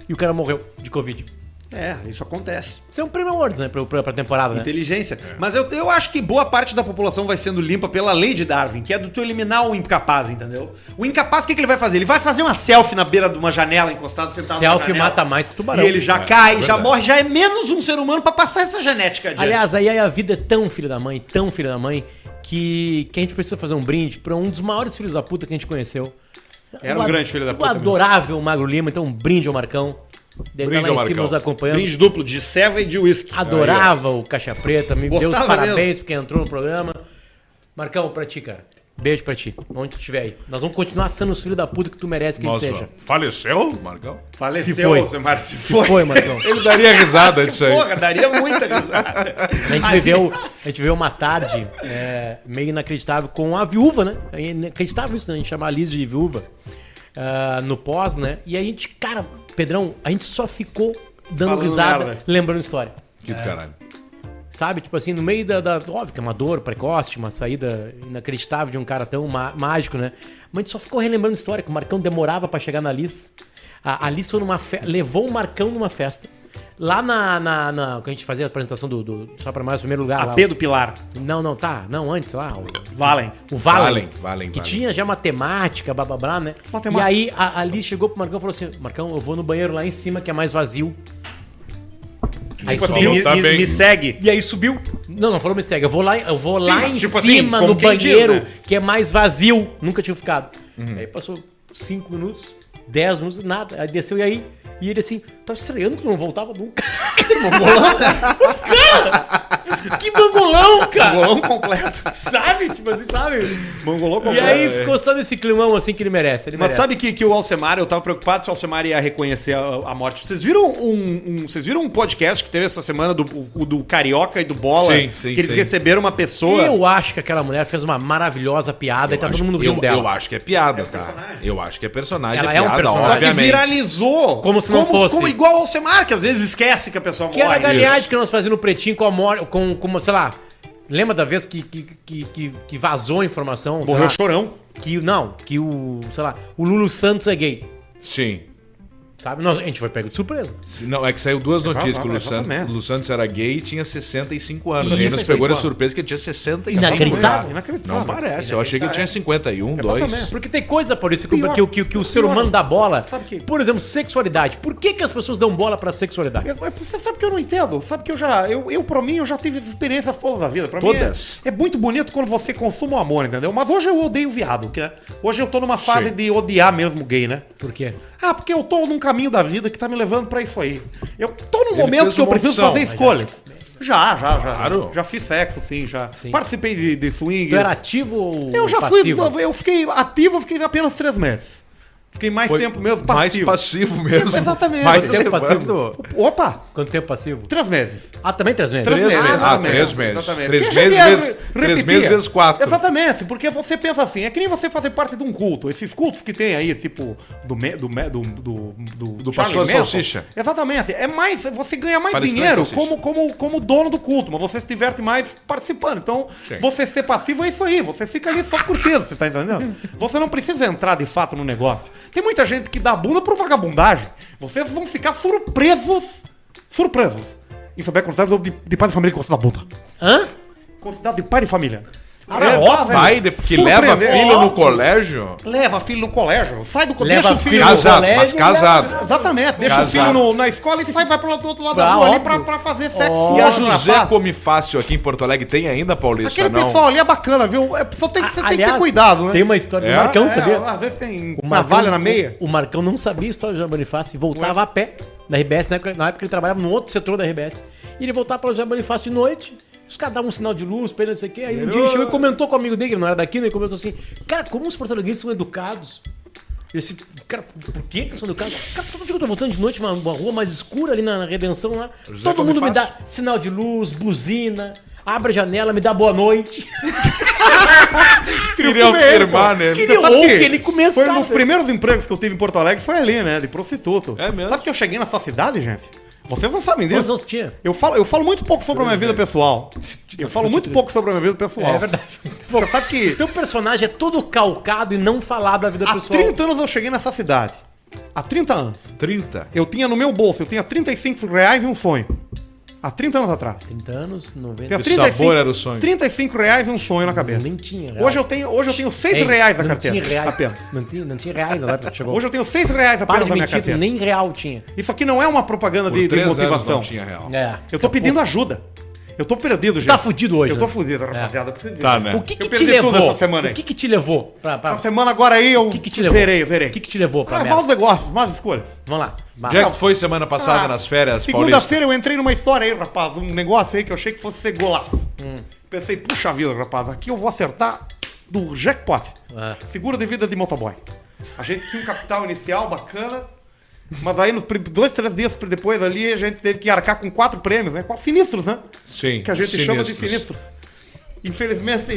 Speaker 3: E o cara morreu de Covid.
Speaker 2: É, isso acontece.
Speaker 3: Isso é um prêmio Awards, né, pra, pra, pra temporada, né?
Speaker 2: Inteligência. Mas eu, eu acho que boa parte da população vai sendo limpa pela lei de Darwin, que é do tu eliminar o incapaz, entendeu? O incapaz, o que, que ele vai fazer? Ele vai fazer uma selfie na beira de uma janela encostado, sentado na
Speaker 3: Selfie
Speaker 2: janela.
Speaker 3: mata mais que tubarão.
Speaker 2: E ele já
Speaker 1: É,
Speaker 2: cai, já
Speaker 1: verdade.
Speaker 2: morre, já é menos um ser humano pra passar essa genética adiante.
Speaker 3: Aliás, aí aí a vida é tão filha da mãe, tão filha da mãe, que, que a gente precisa fazer um brinde pra um dos maiores filhos da puta que a gente conheceu.
Speaker 2: Era um
Speaker 3: ad-
Speaker 2: grande filho da puta
Speaker 3: O
Speaker 2: mesmo.
Speaker 3: adorável Magro Lima, então um brinde ao Marcão. Deve
Speaker 1: Brinde
Speaker 3: estar
Speaker 1: ao
Speaker 3: lá em cima
Speaker 1: Marcão.
Speaker 3: nos acompanhando.
Speaker 2: brinde duplo de ceva e de uísque.
Speaker 3: Adorava o Caixa Preta, me deu os
Speaker 2: Gostava
Speaker 3: parabéns
Speaker 2: mesmo.
Speaker 3: porque entrou no programa. Marcão, pra ti, cara. Beijo pra ti, onde tu estiver aí. Nós vamos continuar sendo os filhos da puta que tu merece que a gente
Speaker 1: Nós
Speaker 3: seja.
Speaker 1: vamos. Faleceu, Marcão?
Speaker 3: Se foi.
Speaker 2: Faleceu, Zemar, se
Speaker 3: Se foi, Marcão.
Speaker 1: Ele daria risada disso aí.
Speaker 2: Porra, daria muita risada.
Speaker 3: A gente viveu, a gente viveu uma tarde é, meio inacreditável com a viúva, né? É inacreditável isso, né? A gente chamar a Liz de viúva ah, no pós, né? E a gente, cara, Pedrão, a gente só ficou dando
Speaker 2: Falando
Speaker 3: risada,
Speaker 2: merda.
Speaker 3: lembrando história.
Speaker 1: Que do caralho.
Speaker 3: Sabe? Tipo assim, no meio da, da- Óbvio que é uma dor precoce, uma saída inacreditável de um cara tão má- mágico, né? Mas a gente só ficou relembrando história, que o Marcão demorava pra chegar na Liz. A, a Liz foi numa fe... levou o Marcão numa festa. Lá na. na, na- que a gente fazia a apresentação do. do só pra mais primeiro lugar. lá,
Speaker 2: AP do Pilar.
Speaker 3: Não, não, tá. Não, antes lá. O,
Speaker 2: Valen.
Speaker 3: o Valen.
Speaker 1: Valen, Valen,
Speaker 3: Que
Speaker 1: Valen.
Speaker 3: tinha já matemática, blá blá blá, né?
Speaker 2: Matemática.
Speaker 3: E aí a, a Liz chegou pro Marcão e falou assim: Marcão, eu vou no banheiro lá em cima que é mais vazio. Aí
Speaker 2: Tipo
Speaker 1: Só
Speaker 2: assim,
Speaker 1: não
Speaker 2: me,
Speaker 1: tá
Speaker 2: me-
Speaker 1: bem.
Speaker 2: me segue.
Speaker 3: E aí subiu. Não, não, falou me segue. Eu vou lá, eu vou lá
Speaker 2: mas
Speaker 3: em
Speaker 2: tipo assim,
Speaker 3: cima
Speaker 2: como
Speaker 3: no
Speaker 2: quem diz,
Speaker 3: banheiro,
Speaker 2: né?
Speaker 3: que é mais vazio. Nunca tinha ficado. Aí passou 5 minutos, 10 minutos, nada. Aí desceu e aí. E ele assim, tá estranhando que tu não voltava nunca. Mas, cara, mas que mangolão, cara!
Speaker 2: Mangolão completo.
Speaker 3: Sabe? Tipo assim, sabe?
Speaker 2: Mangolão
Speaker 3: E aí
Speaker 1: é.
Speaker 3: ficou só nesse climão assim que ele merece. Ele
Speaker 2: É. Mas
Speaker 3: merece.
Speaker 2: sabe que, que o Alcemar, eu tava preocupado se o Alcemar ia reconhecer a, a morte. Vocês viram um, um- vocês viram um podcast que teve essa semana do, o do Carioca e do Bola?
Speaker 1: Sim, sim,
Speaker 2: que é eles
Speaker 1: sim.
Speaker 2: receberam uma pessoa.
Speaker 3: Eu acho que aquela mulher fez uma maravilhosa piada e tá todo mundo rindo
Speaker 1: eu,
Speaker 3: dela.
Speaker 1: eu acho que é piada, tá? Eu acho que é personagem.
Speaker 3: Ela é um
Speaker 1: piada,
Speaker 3: personagem.
Speaker 2: Só que
Speaker 1: obviamente.
Speaker 2: viralizou.
Speaker 3: Como se não fosse.
Speaker 2: como igual ao Alcemar, que às vezes esquece que a pessoa
Speaker 3: Que era a
Speaker 2: morre.
Speaker 3: galinhagem que nós fazíamos no pretinho com a mor com, com, sei lá. Lembra da vez que, que, que, que- que vazou a informação? sei
Speaker 2: Morreu
Speaker 3: lá,
Speaker 2: chorão.
Speaker 3: que Não, que o, sei lá, o Lulu Santos é gay.
Speaker 1: Sim.
Speaker 3: Sabe? Nós, a gente foi pego de surpresa.
Speaker 1: Não, é que saiu duas notícias
Speaker 2: vai,
Speaker 1: que o
Speaker 2: vai,
Speaker 1: Luciano,
Speaker 2: vai, vai.
Speaker 1: Lu Santos era gay e tinha 65 anos.
Speaker 3: Isso,
Speaker 1: E aí nos
Speaker 3: 65
Speaker 1: pegou de
Speaker 3: anos.
Speaker 1: surpresa que ele tinha 65
Speaker 3: Inacreditável,
Speaker 2: inacreditável.
Speaker 1: Não parece. Eu achei que ele tinha
Speaker 2: É,
Speaker 1: 51, 2.
Speaker 3: Porque tem coisa, Maurício, que,
Speaker 2: Pior.
Speaker 3: que, que, que o ser
Speaker 2: Pior.
Speaker 3: humano dá bola.
Speaker 2: Sabe que-
Speaker 3: Por exemplo, sexualidade. Por que, que as pessoas dão bola pra sexualidade?
Speaker 2: Eu- eu- Você sabe que eu não entendo? Sabe que eu já. Eu, eu pra mim, eu já tive experiências todas da vida. Pra
Speaker 1: Todas?
Speaker 2: Mim é, é muito bonito quando você consuma o amor, entendeu? Mas hoje eu odeio viado, que, né? Hoje eu tô numa fase
Speaker 1: Sim.
Speaker 2: de odiar mesmo gay, né?
Speaker 3: Por quê?
Speaker 2: Ah, porque eu tô num caminho da vida que tá me levando pra isso aí. Eu tô num
Speaker 1: Ele
Speaker 2: momento
Speaker 1: fez
Speaker 2: que eu
Speaker 1: uma
Speaker 2: preciso
Speaker 1: opção,
Speaker 2: fazer
Speaker 1: mas já,
Speaker 2: escolhas. Já, já, já.
Speaker 1: Claro.
Speaker 2: Já fiz sexo, sim, já.
Speaker 3: Sim.
Speaker 2: Participei de, de swing.
Speaker 3: Tu era ativo ou
Speaker 2: Eu já
Speaker 3: passivo?
Speaker 2: fui. Eu fiquei ativo, eu fiquei apenas três meses. Fiquei mais tempo mesmo
Speaker 1: mais
Speaker 2: passivo.
Speaker 1: passivo mesmo.
Speaker 2: Exatamente.
Speaker 1: Mais
Speaker 3: Tempo
Speaker 1: tempo passivo.
Speaker 2: Opa!
Speaker 3: Quanto tempo passivo?
Speaker 2: Três meses.
Speaker 3: Ah, também três meses.
Speaker 1: Três
Speaker 2: meses.
Speaker 1: meses. Ah,
Speaker 2: não,
Speaker 1: três
Speaker 2: mesmo,
Speaker 1: meses.
Speaker 2: exatamente.
Speaker 1: Três
Speaker 2: Porque a
Speaker 1: meses
Speaker 2: gente
Speaker 1: vezes-
Speaker 2: re-
Speaker 1: Três
Speaker 2: repetia.
Speaker 1: meses vezes quatro.
Speaker 2: Exatamente, porque você pensa assim, é que nem você fazer parte de um culto. Esses cultos que tem aí, tipo, do me- do me- do, do, do, do
Speaker 1: pastor
Speaker 2: Charlie Manson.
Speaker 1: Salsicha.
Speaker 2: Exatamente. É mais, você ganha mais
Speaker 1: Palestrante
Speaker 2: dinheiro
Speaker 1: Salsicha.
Speaker 2: como, como, como dono do culto, mas você se diverte mais participando. Então,
Speaker 1: Sim.
Speaker 2: você ser passivo é isso aí, você fica ali só curtindo, você tá entendendo? Você não precisa entrar de fato no negócio. Tem muita gente que dá bunda por vagabundagem. Vocês vão ficar surpresos, surpresos. Em saber considerado de, de pai de família que gosta da bunda
Speaker 3: Hã?
Speaker 2: considerado de pai de família.
Speaker 3: Ah, não, ó,
Speaker 2: tá,
Speaker 1: Pai de-
Speaker 2: velho.
Speaker 1: que leva
Speaker 2: Surpreendeu.
Speaker 1: filho
Speaker 2: Ó,
Speaker 1: no colégio.
Speaker 2: Leva filho no colégio. Sai do colégio.
Speaker 3: Leva
Speaker 2: Deixa o
Speaker 3: filho
Speaker 2: filho.
Speaker 3: no
Speaker 1: Casado,
Speaker 3: colégio,
Speaker 1: mas casado.
Speaker 2: Exatamente. Deixa o
Speaker 1: Casado.
Speaker 2: filho no- na escola e sai, vai pro outro lado da
Speaker 3: Tá,
Speaker 2: rua ali
Speaker 3: óbvio.
Speaker 2: pra, pra fazer sexo
Speaker 1: E a
Speaker 2: outro
Speaker 1: José
Speaker 2: rapaz.
Speaker 1: Come Fácil aqui em Porto Alegre tem ainda, Paulista?
Speaker 2: Aquele
Speaker 1: não.
Speaker 2: pessoal ali é bacana, viu? É, só tem que, você tem que ter
Speaker 3: Aliás,
Speaker 2: cuidado, né?
Speaker 3: Tem uma história do
Speaker 1: É?
Speaker 3: Marcão,
Speaker 2: É,
Speaker 3: sabia?
Speaker 2: Às vezes tem
Speaker 3: O Marcão-
Speaker 2: navalha na meia.
Speaker 3: O, o Marcão não sabia a história do Jean Bonifácio e voltava a pé da RBS, na época, né? na época ele trabalhava no outro setor da RBS. E ele voltava para o Jean Bonifácio de noite, os caras davam um sinal de luz pra ele, não sei o quê. Aí um dia ele chegou e comentou com o amigo dele, que não era daqui, né? Ele comentou assim: Cara, como os portugueses são educados? Eu disse, cara, por que que são educados? Cara, todo dia que eu tô voltando de noite, uma, uma rua mais escura ali na, na Redenção lá,
Speaker 1: José
Speaker 3: todo mundo me dá
Speaker 1: Bonifácio.
Speaker 3: sinal de luz, buzina, abre a janela, me dá boa noite.
Speaker 1: Queria
Speaker 2: comer,
Speaker 1: afirmar, né?
Speaker 3: Queria-
Speaker 2: Sabe
Speaker 3: ou que ele comesse
Speaker 2: Foi um
Speaker 3: café.
Speaker 2: dos primeiros empregos que eu tive em Porto Alegre, foi ali, né? De prostituto.
Speaker 1: É mesmo?
Speaker 2: Sabe que eu cheguei na sua cidade, gente? Vocês não sabem disso.
Speaker 3: Quantos anos tu tinha?
Speaker 2: Eu falo, eu falo muito pouco sobre a minha vida pessoal. Eu falo muito pouco sobre a minha vida pessoal.
Speaker 3: É verdade.
Speaker 2: Você sabe que
Speaker 3: Teu personagem é todo calcado e não falado da vida
Speaker 2: há
Speaker 3: um pessoal.
Speaker 2: 30 anos eu cheguei nessa cidade. Há 30 anos.
Speaker 1: 30.
Speaker 2: Eu tinha no meu bolso, eu tinha 35 reais e um sonho. Há 30 anos atrás.
Speaker 3: 30 anos, 90.
Speaker 2: Tinha
Speaker 1: Que sabor era o sonho?
Speaker 2: 35 reais e um sonho na cabeça.
Speaker 3: Nem tinha real.
Speaker 2: Hoje eu tenho, hoje eu tenho 6
Speaker 3: Ei,
Speaker 2: reais na
Speaker 3: não
Speaker 2: carteira.
Speaker 3: Tinha reais,
Speaker 2: Apenas.
Speaker 3: Não tinha, não tinha reais na época que chegou.
Speaker 2: Hoje eu tenho 6 reais
Speaker 3: Para
Speaker 2: apenas
Speaker 3: de
Speaker 2: na minha
Speaker 3: mentir, tu
Speaker 2: carteira.
Speaker 3: nem real tinha.
Speaker 2: Isso aqui não é uma propaganda de, de
Speaker 1: três anos
Speaker 2: motivação.
Speaker 1: não tinha real.
Speaker 3: É.
Speaker 2: Eu tô pedindo ajuda. Eu tô perdido, gente.
Speaker 3: Tá fudido hoje,
Speaker 2: Eu tô
Speaker 3: né?
Speaker 2: fudido, rapaziada. Eu preciso
Speaker 1: Tá,
Speaker 2: disso.
Speaker 1: né?
Speaker 3: O que, que
Speaker 2: Eu
Speaker 3: te
Speaker 2: perdi tudo
Speaker 3: levou?
Speaker 2: essa semana
Speaker 3: o
Speaker 2: aí.
Speaker 3: que, que te levou pra. pra-
Speaker 2: Essa semana agora aí eu
Speaker 3: O que que te levou?
Speaker 2: verei, verei.
Speaker 3: O que que te levou pra
Speaker 2: Ah,
Speaker 3: merda?
Speaker 2: maus negócios, más escolhas.
Speaker 3: Vamos lá. Vai.
Speaker 1: Onde é que foi semana passada
Speaker 2: Ah,
Speaker 1: nas férias, Paulista?
Speaker 2: Segunda-feira eu entrei numa história aí,
Speaker 3: Hum.
Speaker 2: rapaz, um negócio aí que eu achei que fosse ser golaço. Pensei, puxa vida, rapaz, aqui eu vou acertar do jackpot.
Speaker 3: Ah.
Speaker 2: Segura de vida de motoboy. A gente tinha um capital inicial bacana, mas aí nos pri- dois, três dias depois ali a gente teve que arcar com quatro prêmios, né? Quatro sinistros, né?
Speaker 1: Sim,
Speaker 2: Que a gente chama de
Speaker 1: sinistros.
Speaker 2: sinistros. Infelizmente,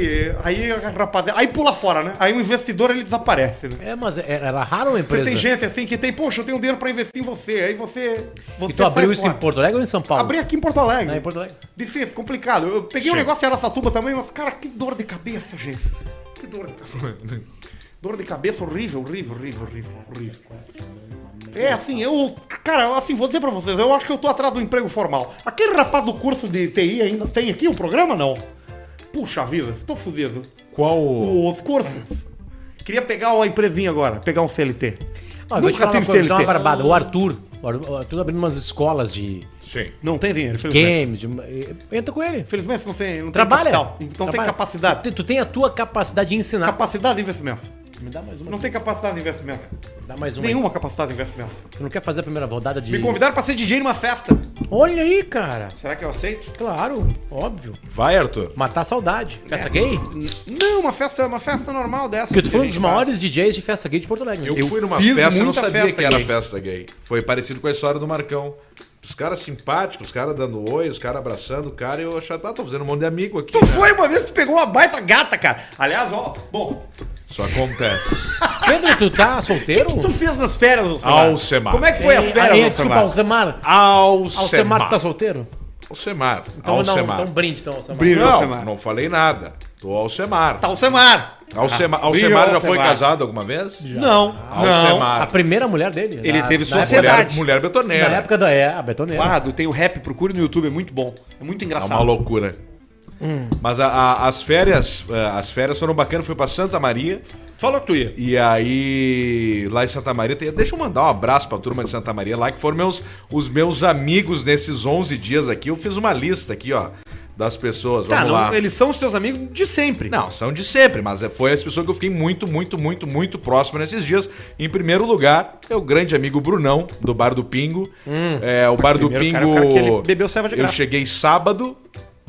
Speaker 2: aí, rapaziada, aí pula fora, né? Aí o investidor ele desaparece, né?
Speaker 3: É, mas era era raro uma
Speaker 2: Você
Speaker 3: empresa.
Speaker 2: tem gente assim que tem, poxa, eu tenho dinheiro pra investir em você. Aí você. você
Speaker 3: e tu abriu
Speaker 2: sai
Speaker 3: isso
Speaker 2: fora.
Speaker 3: em Porto Alegre ou em São Paulo?
Speaker 2: Abri aqui em Porto Alegre.
Speaker 3: Ah, em Porto Alegre.
Speaker 2: Difícil, complicado. Eu peguei um
Speaker 1: Sim.
Speaker 2: negócio em Araçatuba também, mas, cara, que dor de cabeça, gente. Que dor de cabeça. dor de cabeça horrível, horrível, horrível, horrível, horrível. É assim, eu. Cara, assim, vou dizer pra vocês, eu acho que eu tô atrás do emprego formal. Aquele rapaz do curso de TI ainda tem aqui o programa, não? Puxa vida, estou fudido.
Speaker 1: Qual o...
Speaker 2: Os cursos. Queria pegar uma empresinha agora, pegar um CLT.
Speaker 3: Ah, eu vou te falar uma
Speaker 2: tive
Speaker 3: coisa, vou te dar uma barbada. O Arthur, o Ar- o Arthur abrindo umas escolas de
Speaker 1: Sim.
Speaker 2: Não tem dinheiro, infelizmente.
Speaker 3: games, de- entra com ele.
Speaker 2: Infelizmente não tem, não
Speaker 3: Trabalha.
Speaker 2: tem capital. Não tem
Speaker 3: Trabalha. Tu,
Speaker 2: capacidade.
Speaker 3: tem- tu tem a tua capacidade de ensinar.
Speaker 2: Capacidade de investimento.
Speaker 3: Me dá mais uma.
Speaker 2: Não tem capacidade de investimento.
Speaker 3: Dá mais uma. aí.
Speaker 2: Nenhuma capacidade de investimento.
Speaker 3: Tu não quer fazer a primeira rodada de.
Speaker 2: Me convidaram pra ser DJ numa festa.
Speaker 3: Olha aí, cara.
Speaker 2: Será que eu aceito?
Speaker 3: Claro, óbvio.
Speaker 1: Vai, Arthur.
Speaker 3: Matar a saudade. Festa
Speaker 2: É,
Speaker 3: gay?
Speaker 2: Não, uma festa, uma festa normal dessa. assim,
Speaker 3: Porque tu foi um dos maiores DJs de festa gay de Porto Alegre. né?
Speaker 1: Eu, fui numa
Speaker 2: fiz
Speaker 1: festa, eu não
Speaker 2: muita
Speaker 1: sabia
Speaker 2: festa
Speaker 1: que era
Speaker 2: gay.
Speaker 1: festa gay. Foi parecido com a história do Marcão. Os caras simpáticos, os caras dando oi, os caras abraçando o cara, e eu achava, tá, tô fazendo um monte de amigo aqui.
Speaker 2: Tu
Speaker 1: né?
Speaker 2: foi uma vez que tu pegou uma baita gata, cara. Aliás, ó, bom,
Speaker 1: Isso acontece.
Speaker 3: Pedro, tu tá
Speaker 2: o que,
Speaker 3: solteiro?
Speaker 2: que tu fez nas férias, Alcemar?
Speaker 1: Alcemar.
Speaker 2: Como é que foi as
Speaker 3: Ah, é,
Speaker 2: férias,
Speaker 3: desculpa,
Speaker 2: Alcemar?
Speaker 3: Alcemar. Alcemar
Speaker 1: Alcemar.
Speaker 3: tá solteiro?
Speaker 1: Alcemar.
Speaker 3: Então,
Speaker 1: Alcemar.
Speaker 3: Não, então brinde, então, Alcemar.
Speaker 2: Brinde.
Speaker 1: Não,
Speaker 2: Alcemar.
Speaker 1: não falei nada. Tô Alcemar.
Speaker 2: Tá, Alcemar.
Speaker 1: Alcemar,
Speaker 2: Ah,
Speaker 1: Alcemar já
Speaker 2: Alcemar.
Speaker 1: foi casado alguma vez?
Speaker 2: Não, não.
Speaker 1: Alcemar.
Speaker 3: A primeira mulher dele.
Speaker 2: Ele teve
Speaker 3: na
Speaker 2: sociedade.
Speaker 1: Mulher,
Speaker 2: Verdade.
Speaker 1: mulher
Speaker 3: Época,
Speaker 1: betoneira.
Speaker 3: na época da é, a betoneira.
Speaker 2: Guardo, tem o rap, procure no YouTube, é muito bom. É muito
Speaker 1: É
Speaker 2: engraçado.
Speaker 1: uma loucura.
Speaker 2: Hum.
Speaker 1: Mas a- a- as férias, eh, as férias foram bacanas, fui pra Santa Maria.
Speaker 2: Falou que tu ia.
Speaker 1: E aí, lá em Santa Maria, tem- deixa eu mandar um abraço pra turma de Santa Maria lá, que foram meus, os meus amigos nesses 11 dias aqui. Eu fiz uma lista aqui, ó, das pessoas.
Speaker 2: Tá,
Speaker 1: Vamos
Speaker 2: não,
Speaker 1: lá.
Speaker 2: eles são os teus amigos de sempre.
Speaker 1: Não, são de sempre, mas foi as pessoas que eu fiquei muito, muito, muito, muito próximo nesses dias. Em primeiro lugar, é o grande amigo Brunão, do Bar do Pingo. É, o Bar do
Speaker 2: Hum. Primeiro
Speaker 1: Pingo.
Speaker 2: cara, o cara que ele bebeu serva de
Speaker 1: Eu
Speaker 2: graça.
Speaker 1: cheguei sábado,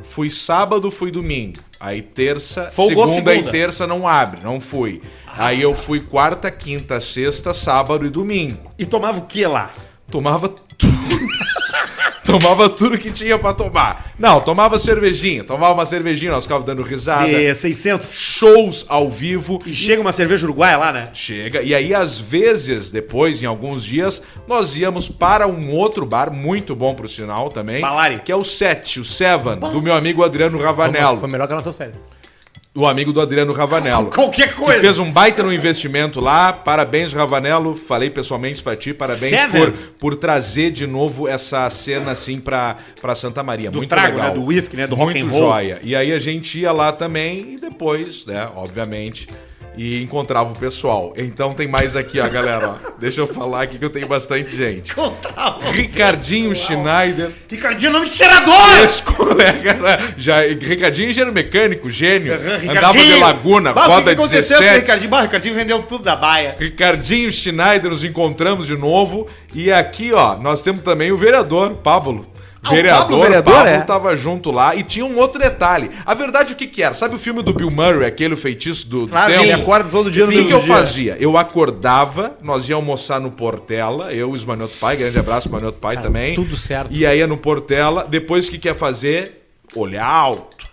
Speaker 1: fui sábado, fui domingo. Aí terça,
Speaker 2: Folgou
Speaker 1: segunda, e
Speaker 2: segunda.
Speaker 1: terça não abre, não fui. Aí eu fui quarta, quinta, sexta, sábado e domingo.
Speaker 2: E tomava o que lá?
Speaker 1: Tomava tudo. tomava tudo que tinha pra tomar. Não, tomava cervejinha, tomava uma cervejinha, nós ficávamos dando risada
Speaker 2: De 600.
Speaker 1: shows ao vivo.
Speaker 2: E chega uma cerveja uruguaia lá, né?
Speaker 1: Chega, e aí às vezes, depois, em alguns dias, nós íamos para um outro bar, muito bom pro sinal também.
Speaker 2: Balari.
Speaker 1: Que é o 7, o Seven, do meu amigo Adriano Ravanello.
Speaker 3: Foi melhor que as nossas férias.
Speaker 1: O amigo do Adriano Ravanello.
Speaker 2: Qualquer
Speaker 1: Que
Speaker 2: coisa.
Speaker 1: fez um baita no investimento lá. Parabéns, Ravanello. Falei pessoalmente pra ti. Parabéns
Speaker 2: Seven.
Speaker 1: por, por trazer de novo essa cena assim pra, pra Santa Maria.
Speaker 2: Do
Speaker 1: Muito
Speaker 2: trago,
Speaker 1: legal.
Speaker 2: né? Do whisky, né? Do
Speaker 1: Muito
Speaker 2: rock and roll.
Speaker 1: joia. E aí a gente ia lá também e depois, né? Obviamente. E encontrava o pessoal. Então tem mais aqui, ó, galera. ó. Deixa eu falar aqui que eu tenho bastante gente.
Speaker 2: um- é
Speaker 1: Ricardinho Schneider.
Speaker 2: Ricardinho é nome de cheirador!
Speaker 1: Ex-colega, né? Já, Ricardinho engenheiro mecânico, gênio.
Speaker 2: Ricardinho.
Speaker 1: Andava de Laguna,
Speaker 2: Bah, o que
Speaker 1: roda
Speaker 2: que aconteceu com o
Speaker 1: 17.
Speaker 2: Ricardinho? Bah, o Ricardinho vendeu tudo da baia.
Speaker 1: Ricardinho Schneider, nos encontramos de novo. E aqui, ó, nós temos também o vereador, Pablo.
Speaker 2: Ah, o Pablo, o vereador,
Speaker 1: Pablo
Speaker 2: é?
Speaker 1: tava junto lá e tinha um outro detalhe. A verdade, o que que era? Sabe o filme do Bill Murray, aquele o feitiço do, do
Speaker 2: Claro, ele acorda todo dia
Speaker 1: O
Speaker 2: no
Speaker 1: que,
Speaker 2: mesmo
Speaker 1: que eu
Speaker 2: dia.
Speaker 1: fazia? Eu acordava, nós ia almoçar no Portela, eu e o Ismanioto Pai, grande abraço pro Ismanioto Pai
Speaker 3: Cara,
Speaker 1: também.
Speaker 3: tudo certo.
Speaker 1: E aí é no Portela, depois o que quer fazer? Olhar alto.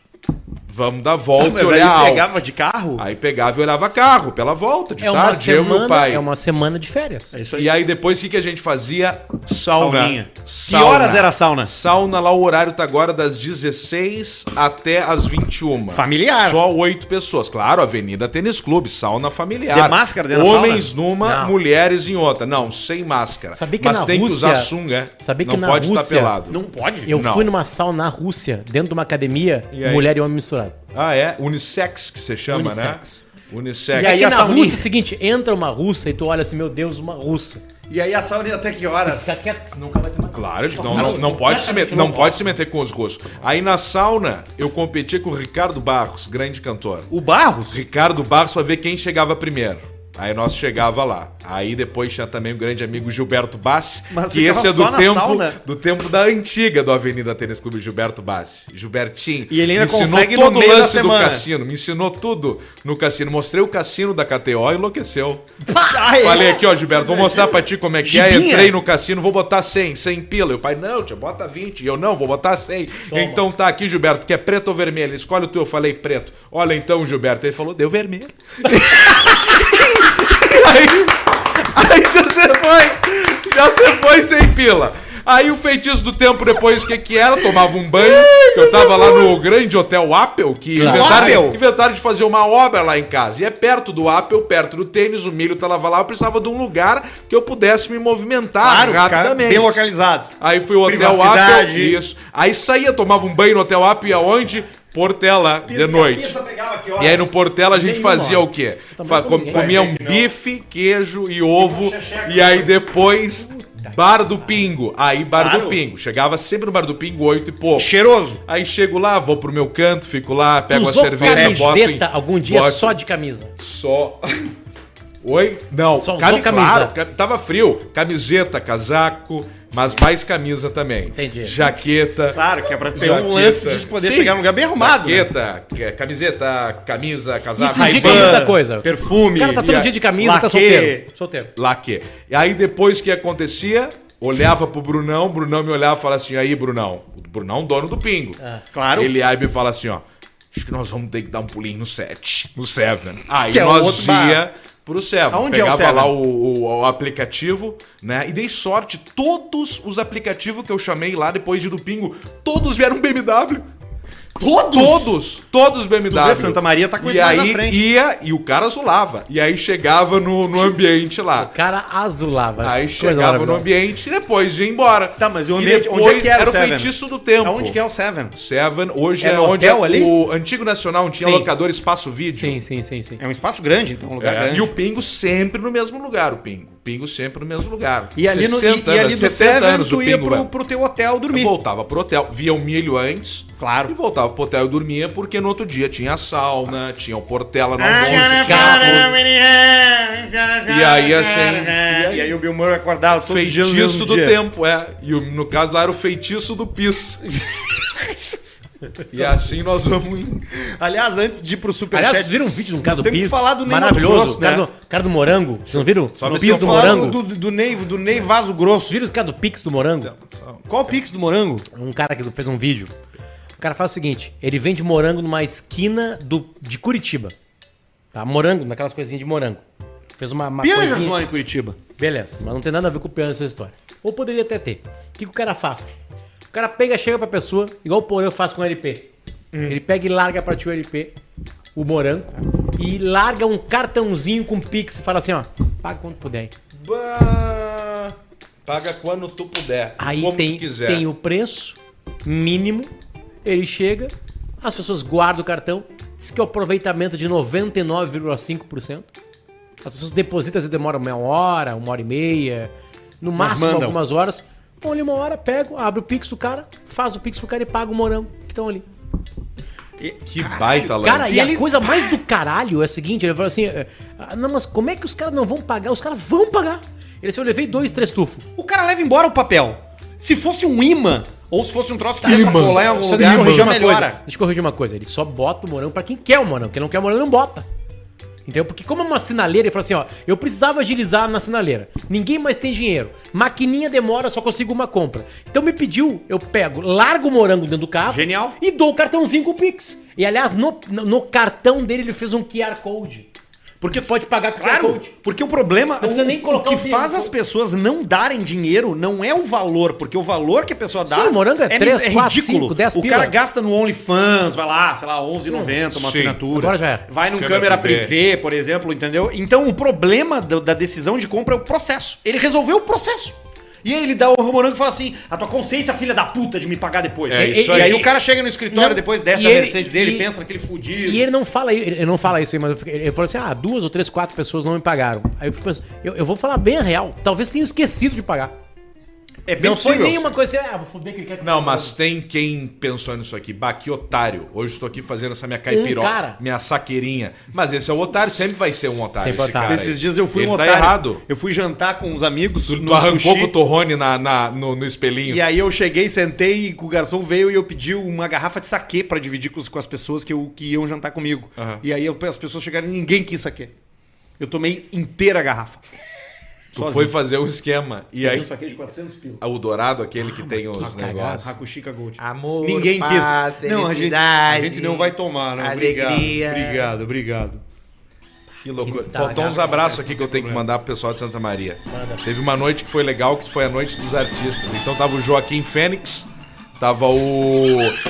Speaker 1: Vamos dar volta e
Speaker 2: Mas
Speaker 1: olhar
Speaker 2: aí
Speaker 1: alto.
Speaker 2: pegava de carro?
Speaker 1: Aí pegava e olhava carro pela volta, de
Speaker 2: Tá,
Speaker 3: É uma,
Speaker 1: tarde, eu e meu
Speaker 3: semana,
Speaker 1: pai.
Speaker 3: é uma semana de férias.
Speaker 2: É isso aí.
Speaker 1: E aí depois o que, que a gente fazia? Sauna.
Speaker 2: Sauninha. Que horas era a sauna?
Speaker 1: Sauna lá, o horário tá agora das 16 até as 21.
Speaker 2: Familiar.
Speaker 1: Só oito pessoas. Claro, Avenida Tênis Clube, sauna familiar.
Speaker 2: De máscara dentro da
Speaker 1: Homens numa,
Speaker 3: Não.
Speaker 1: mulheres em outra. Não, sem máscara.
Speaker 3: Sabia que
Speaker 1: Mas
Speaker 3: na
Speaker 1: tem que usar
Speaker 3: Rússia-
Speaker 1: sunga. é.
Speaker 3: sabia que
Speaker 1: Não
Speaker 3: na
Speaker 1: pode estar
Speaker 3: Rússia-
Speaker 1: pelado.
Speaker 2: Não pode?
Speaker 3: Eu
Speaker 1: Não.
Speaker 3: fui numa sauna na Rússia, dentro de uma academia,
Speaker 1: E aí?
Speaker 3: mulher e homem misturado.
Speaker 1: Ah, é? Unissex que você chama,
Speaker 3: Unissex.
Speaker 1: né? Unissex.
Speaker 2: E aí
Speaker 3: Aqui
Speaker 2: a
Speaker 3: na
Speaker 2: sauninha?
Speaker 3: Rússia é o seguinte, entra uma russa e tu olha assim, meu Deus, uma russa.
Speaker 2: E aí a sauna ia até que horas?
Speaker 3: Fica quieto, que senão nunca vai ter mais.
Speaker 1: Claro, não, não, não pode se meter, não pode se meter com os rostos. Aí na sauna, eu competi com o Ricardo Barros, grande cantor.
Speaker 2: O Barros?
Speaker 1: Ricardo Barros pra ver quem chegava primeiro. Aí nós chegava lá. Aí depois tinha também o grande amigo Gilberto Bassi,
Speaker 2: Mas
Speaker 1: que
Speaker 2: ficava
Speaker 1: esse é
Speaker 2: só
Speaker 1: do
Speaker 2: na
Speaker 1: tempo,
Speaker 2: sauna?
Speaker 1: do tempo da antiga do Avenida Tênis Clube Gilberto Bassi. Gilbertinho.
Speaker 2: E ele ainda
Speaker 1: me ensinou
Speaker 2: consegue no
Speaker 1: todo
Speaker 2: meio
Speaker 1: o
Speaker 2: da
Speaker 1: lance do
Speaker 2: semana.
Speaker 1: cassino, me ensinou tudo no cassino. Mostrei o cassino da KTO e enlouqueceu.
Speaker 2: Ai,
Speaker 1: Falei aqui, ó, Gilberto, vou mostrar pra ti como é que é.
Speaker 2: Gibinha.
Speaker 1: Entrei no cassino, vou botar 100, 100 pila. E o pai, não, tia, bota 20. E eu, não, vou botar 100. Então tá aqui, Gilberto, que é preto ou vermelho? Escolhe o teu. Eu falei, preto. Olha então, Gilberto. Ele falou, deu vermelho. Aí já você foi. Já você foi sem pila. Aí o feitiço do tempo depois, o que que era? Tomava um banho. que eu tava lá no grande hotel Apple, que
Speaker 3: Claro.
Speaker 1: inventaram,
Speaker 2: Apple.
Speaker 1: inventaram de fazer uma obra lá em casa. E é perto do Apple, perto do tênis, o milho tava lá. Eu precisava de um lugar que eu pudesse me movimentar
Speaker 2: claro, cara, é
Speaker 1: rapidamente.
Speaker 2: bem localizado.
Speaker 1: Aí fui ao hotel
Speaker 2: Privacidade.
Speaker 1: Apple. Isso. Aí saía, tomava um banho no hotel Apple e aonde? Portela, de noite. E aí no Portela a gente
Speaker 3: Nenhuma
Speaker 1: fazia
Speaker 3: hora.
Speaker 1: o quê?
Speaker 3: Você tá também
Speaker 1: Fa-
Speaker 3: não
Speaker 1: com-
Speaker 3: ninguém.
Speaker 1: comia
Speaker 2: Vai
Speaker 1: um
Speaker 2: ver que não.
Speaker 1: bife, queijo e ovo.
Speaker 2: checheca.
Speaker 1: E aí depois, Bar do Pingo. Aí Bar
Speaker 2: Claro.
Speaker 1: do Pingo. Chegava sempre no Bar do Pingo, oito e pouco.
Speaker 2: Cheiroso.
Speaker 1: Aí chego lá, vou pro meu canto, fico lá, pego a
Speaker 3: Usou
Speaker 1: cerveja, um boto em...
Speaker 3: camiseta algum dia
Speaker 1: boto-
Speaker 3: só de camisa.
Speaker 1: Só... Oi? Não,
Speaker 3: Só usou
Speaker 1: cami-
Speaker 3: camisa.
Speaker 1: claro, ca- tava frio. Camiseta, casaco, mas mais camisa também.
Speaker 3: Entendi.
Speaker 1: Jaqueta.
Speaker 2: Claro, que é pra ter
Speaker 1: Jaqueta.
Speaker 2: um lance de poder
Speaker 1: Sim.
Speaker 2: chegar num lugar bem arrumado. né?
Speaker 1: Jaqueta, ca- camiseta, camisa, casaco.
Speaker 3: Isso indica
Speaker 1: Ray-Ban.
Speaker 3: muita coisa.
Speaker 2: Perfume.
Speaker 3: O cara tá todo
Speaker 1: e-
Speaker 3: dia de camisa, tá
Speaker 2: laque.
Speaker 3: solteiro. Solteiro.
Speaker 1: Lá que. E aí depois que acontecia, olhava pro Brunão, o Brunão me olhava e falava assim: aí, Brunão, o Brunão, dono do pingo.
Speaker 2: Claro.
Speaker 1: Ele aí me fala assim: ó, acho que nós vamos ter que dar um pulinho no 7, no 7. Aí
Speaker 2: Que é
Speaker 1: nós
Speaker 2: outro bar.
Speaker 1: ia pro 7.
Speaker 2: Aonde é o
Speaker 1: Pegava
Speaker 2: Seven?
Speaker 1: lá o, o- o aplicativo, né? E dei sorte, todos os aplicativos que eu chamei lá depois de do pingo, todos vieram BMW.
Speaker 2: Todos?
Speaker 1: Todos, todos BMW.
Speaker 2: Tu vê, Santa Maria tá com
Speaker 1: e
Speaker 2: isso mais
Speaker 1: aí
Speaker 2: na frente.
Speaker 1: ia e o cara azulava. E aí chegava no, no ambiente lá.
Speaker 3: O cara azulava.
Speaker 1: Aí
Speaker 3: Coisa
Speaker 1: chegava no
Speaker 3: maravilhosa.
Speaker 1: ambiente e depois ia embora.
Speaker 2: Tá, mas o
Speaker 1: E
Speaker 2: ambiente-
Speaker 1: depois
Speaker 2: onde é que era o
Speaker 1: o
Speaker 2: Seven?
Speaker 1: feitiço do tempo.
Speaker 2: Aonde que é o Seven?
Speaker 1: Seven, hoje
Speaker 2: É
Speaker 1: é,
Speaker 2: no
Speaker 1: onde
Speaker 2: hotel
Speaker 1: é
Speaker 2: ali?
Speaker 1: o antigo nacional tinha
Speaker 3: Sim.
Speaker 1: locador espaço vídeo.
Speaker 3: Sim, sim, sim, sim.
Speaker 2: É um espaço grande, então, um lugar
Speaker 1: É,
Speaker 2: grande.
Speaker 1: E o pingo sempre no mesmo lugar, o pingo. O pingo sempre no mesmo lugar.
Speaker 2: E ali no, e,
Speaker 1: 60
Speaker 2: e ali
Speaker 1: anos,
Speaker 2: no
Speaker 1: 70
Speaker 2: Seven,
Speaker 1: anos
Speaker 2: tu
Speaker 1: o
Speaker 2: ia
Speaker 1: pingo
Speaker 2: pro,
Speaker 1: era.
Speaker 2: pro teu hotel dormir.
Speaker 1: Voltava pro hotel, via o milho antes.
Speaker 2: Claro.
Speaker 1: E voltava pro hotel e dormia, porque no outro dia tinha a sauna, tinha o Portela no almoço.
Speaker 3: carro.
Speaker 2: E
Speaker 1: E aí, assim,
Speaker 2: E aí o Bill Murray acordava todo dia no
Speaker 1: Feitiço
Speaker 2: mesmo
Speaker 1: do
Speaker 2: dia.
Speaker 1: tempo, é. E o- no caso lá era o feitiço do piso. e assim nós vamos. em-
Speaker 2: Aliás, antes de ir pro
Speaker 3: Aliás, vocês
Speaker 2: Superchat...
Speaker 3: viram um vídeo de um cara do
Speaker 2: temos que
Speaker 3: Pis?
Speaker 2: falar do Ney
Speaker 3: maravilhoso.
Speaker 2: Mato Grosso,
Speaker 3: o cara,
Speaker 2: né?
Speaker 3: do, o cara do Morango. Vocês não viram?
Speaker 1: Só
Speaker 3: no
Speaker 1: vocês
Speaker 3: Pis do
Speaker 1: estão
Speaker 3: Morango.
Speaker 2: falando do, do, Ney, do Ney Vaso Grosso.
Speaker 3: Vocês viram os caras do Pix do Morango?
Speaker 2: Qual o Pix do Morango?
Speaker 3: Um cara que fez um vídeo. O cara faz o seguinte: ele vende morango numa esquina do, de Curitiba. Tá? Morango, naquelas coisinhas de morango. Fez uma, uma
Speaker 2: Pianjas
Speaker 3: coisinha-
Speaker 2: mora em Curitiba.
Speaker 3: Beleza, mas não tem nada a ver com o piano essa história. Ou poderia até ter. O que, que o cara faz? O cara pega, chega pra pessoa, igual o Porã faz com o LP. Ele pega e larga pra ti o LP, o morango, e larga um cartãozinho com Pix e fala assim, ó, paga quanto puder. aí."
Speaker 1: Bah, Paga quando tu puder.
Speaker 3: Aí
Speaker 1: como
Speaker 3: tem,
Speaker 1: tu quiser.
Speaker 3: tem o preço mínimo, ele chega, as pessoas guardam o cartão, diz que é o aproveitamento de 99,5%. As pessoas depositam, às vezes demora uma hora, uma hora e meia, no máximo
Speaker 2: mandam.
Speaker 3: algumas horas. Vão ali uma hora, pego, abre o Pix do cara, faz o Pix pro cara e paga o morango que estão ali.
Speaker 1: Que baita lance.
Speaker 3: Cara,
Speaker 2: se
Speaker 3: e
Speaker 2: ele-
Speaker 3: a coisa mais do caralho é o seguinte, ele falou assim, é, ah, não, mas como é que os caras não vão pagar? Os caras vão pagar. Ele disse, eu levei dois, três tufos.
Speaker 2: O cara leva embora o papel. Se fosse um imã, ou se fosse um troço que
Speaker 1: Imã.
Speaker 2: colar em algum
Speaker 3: Só
Speaker 2: lugar,
Speaker 3: deixa eu corrigir
Speaker 2: já
Speaker 3: uma
Speaker 2: melhora.
Speaker 3: coisa. Deixa eu corrigir uma coisa. Ele só bota o morango pra quem quer o morango. Quem não quer o morango não bota. Entendeu? Porque como é uma sinaleira, ele fala assim, ó, eu precisava agilizar na sinaleira. Ninguém mais tem dinheiro. Maquininha demora, só consigo uma compra. Então me pediu, eu pego, largo o morango dentro do carro.
Speaker 2: Genial.
Speaker 3: E dou o cartãozinho com o Pix. E aliás, no, no- no cartão dele ele fez um QR Code.
Speaker 2: Porque
Speaker 3: Pode pagar com QR
Speaker 2: Claro,
Speaker 3: Code.
Speaker 2: porque o problema,
Speaker 3: precisa
Speaker 2: o,
Speaker 3: nem colocar
Speaker 2: o
Speaker 3: o
Speaker 2: que
Speaker 3: dinheiro.
Speaker 2: faz as pessoas não darem dinheiro não é o valor, porque o valor que a pessoa dá
Speaker 3: Sim, o morango é três,
Speaker 2: mi-
Speaker 3: quatro, cinco, dez
Speaker 2: o
Speaker 3: pila.
Speaker 2: cara gasta no OnlyFans, vai lá, sei lá, 11,90, uma
Speaker 1: Sim.
Speaker 2: assinatura.
Speaker 3: Agora já era.
Speaker 2: Vai num câmera,
Speaker 1: Câmera
Speaker 2: privê,
Speaker 1: privê.
Speaker 2: por exemplo, entendeu? Então o problema do- da decisão de compra é o processo. Ele resolveu o processo. E aí ele dá o morango e fala assim: a tua consciência, filha da puta, de me pagar depois.
Speaker 1: É
Speaker 2: e,
Speaker 1: isso
Speaker 2: e-
Speaker 1: aí.
Speaker 2: e aí o cara chega no escritório
Speaker 3: Não,
Speaker 2: depois dessa
Speaker 3: e
Speaker 2: da
Speaker 3: ele-
Speaker 2: Mercedes dele,
Speaker 3: e-
Speaker 2: pensa naquele fudido.
Speaker 3: E ele não fala isso, ele não fala isso aí, mas eu fiquei- ele falou assim: ah, duas ou três, quatro pessoas não me pagaram. Aí eu fico pensando, eu, eu vou falar bem a real. Talvez tenha esquecido de pagar.
Speaker 2: É bem
Speaker 3: não foi
Speaker 2: possível.
Speaker 3: nenhuma coisa assim, ah, vou foder que ele quer que eu
Speaker 1: Não,
Speaker 3: faça.
Speaker 1: mas tem quem pensou nisso aqui. Bah, que otário. Hoje estou aqui fazendo essa minha caipirota,
Speaker 3: Um cara.
Speaker 1: minha saqueirinha. Mas esse é o otário, sempre vai ser um otário.
Speaker 3: Sempre
Speaker 1: esse
Speaker 3: otário.
Speaker 1: cara aí.
Speaker 2: Esses dias eu fui
Speaker 1: Ele
Speaker 2: um
Speaker 1: tá
Speaker 2: otário.
Speaker 1: errado.
Speaker 2: Eu fui jantar com uns amigos
Speaker 1: Tu, tu
Speaker 2: no
Speaker 1: arrancou
Speaker 2: sushi,
Speaker 1: com o torrone na, na- no, no espelhinho.
Speaker 2: E aí eu cheguei, sentei, e o garçom veio e eu pedi uma garrafa de saquê pra dividir com, os- com as pessoas que, eu, que iam jantar comigo.
Speaker 1: Aham.
Speaker 2: E aí eu- as pessoas chegaram e ninguém quis saquê. Eu tomei inteira a garrafa.
Speaker 1: tu foi fazer um esquema. E aí,
Speaker 2: Um saquê de 400 pila.
Speaker 1: o dourado, aquele que tem os
Speaker 3: cagada.
Speaker 1: negócios.
Speaker 2: Hakushika Gold.
Speaker 4: Amor,
Speaker 2: Ninguém quis.
Speaker 4: paz,
Speaker 2: não, a gente, a
Speaker 4: felicidade,
Speaker 2: gente não vai tomar, né?
Speaker 4: alegria.
Speaker 2: Obrigado, obrigado, obrigado.
Speaker 1: Que loucura.
Speaker 3: Que tá,
Speaker 1: Faltou uns
Speaker 3: cara,
Speaker 1: abraços aqui que eu tenho que mandar pro pessoal de Santa Maria. Teve uma noite que foi legal, que foi a noite dos artistas. Então tava o Joaquim Fênix, tava o.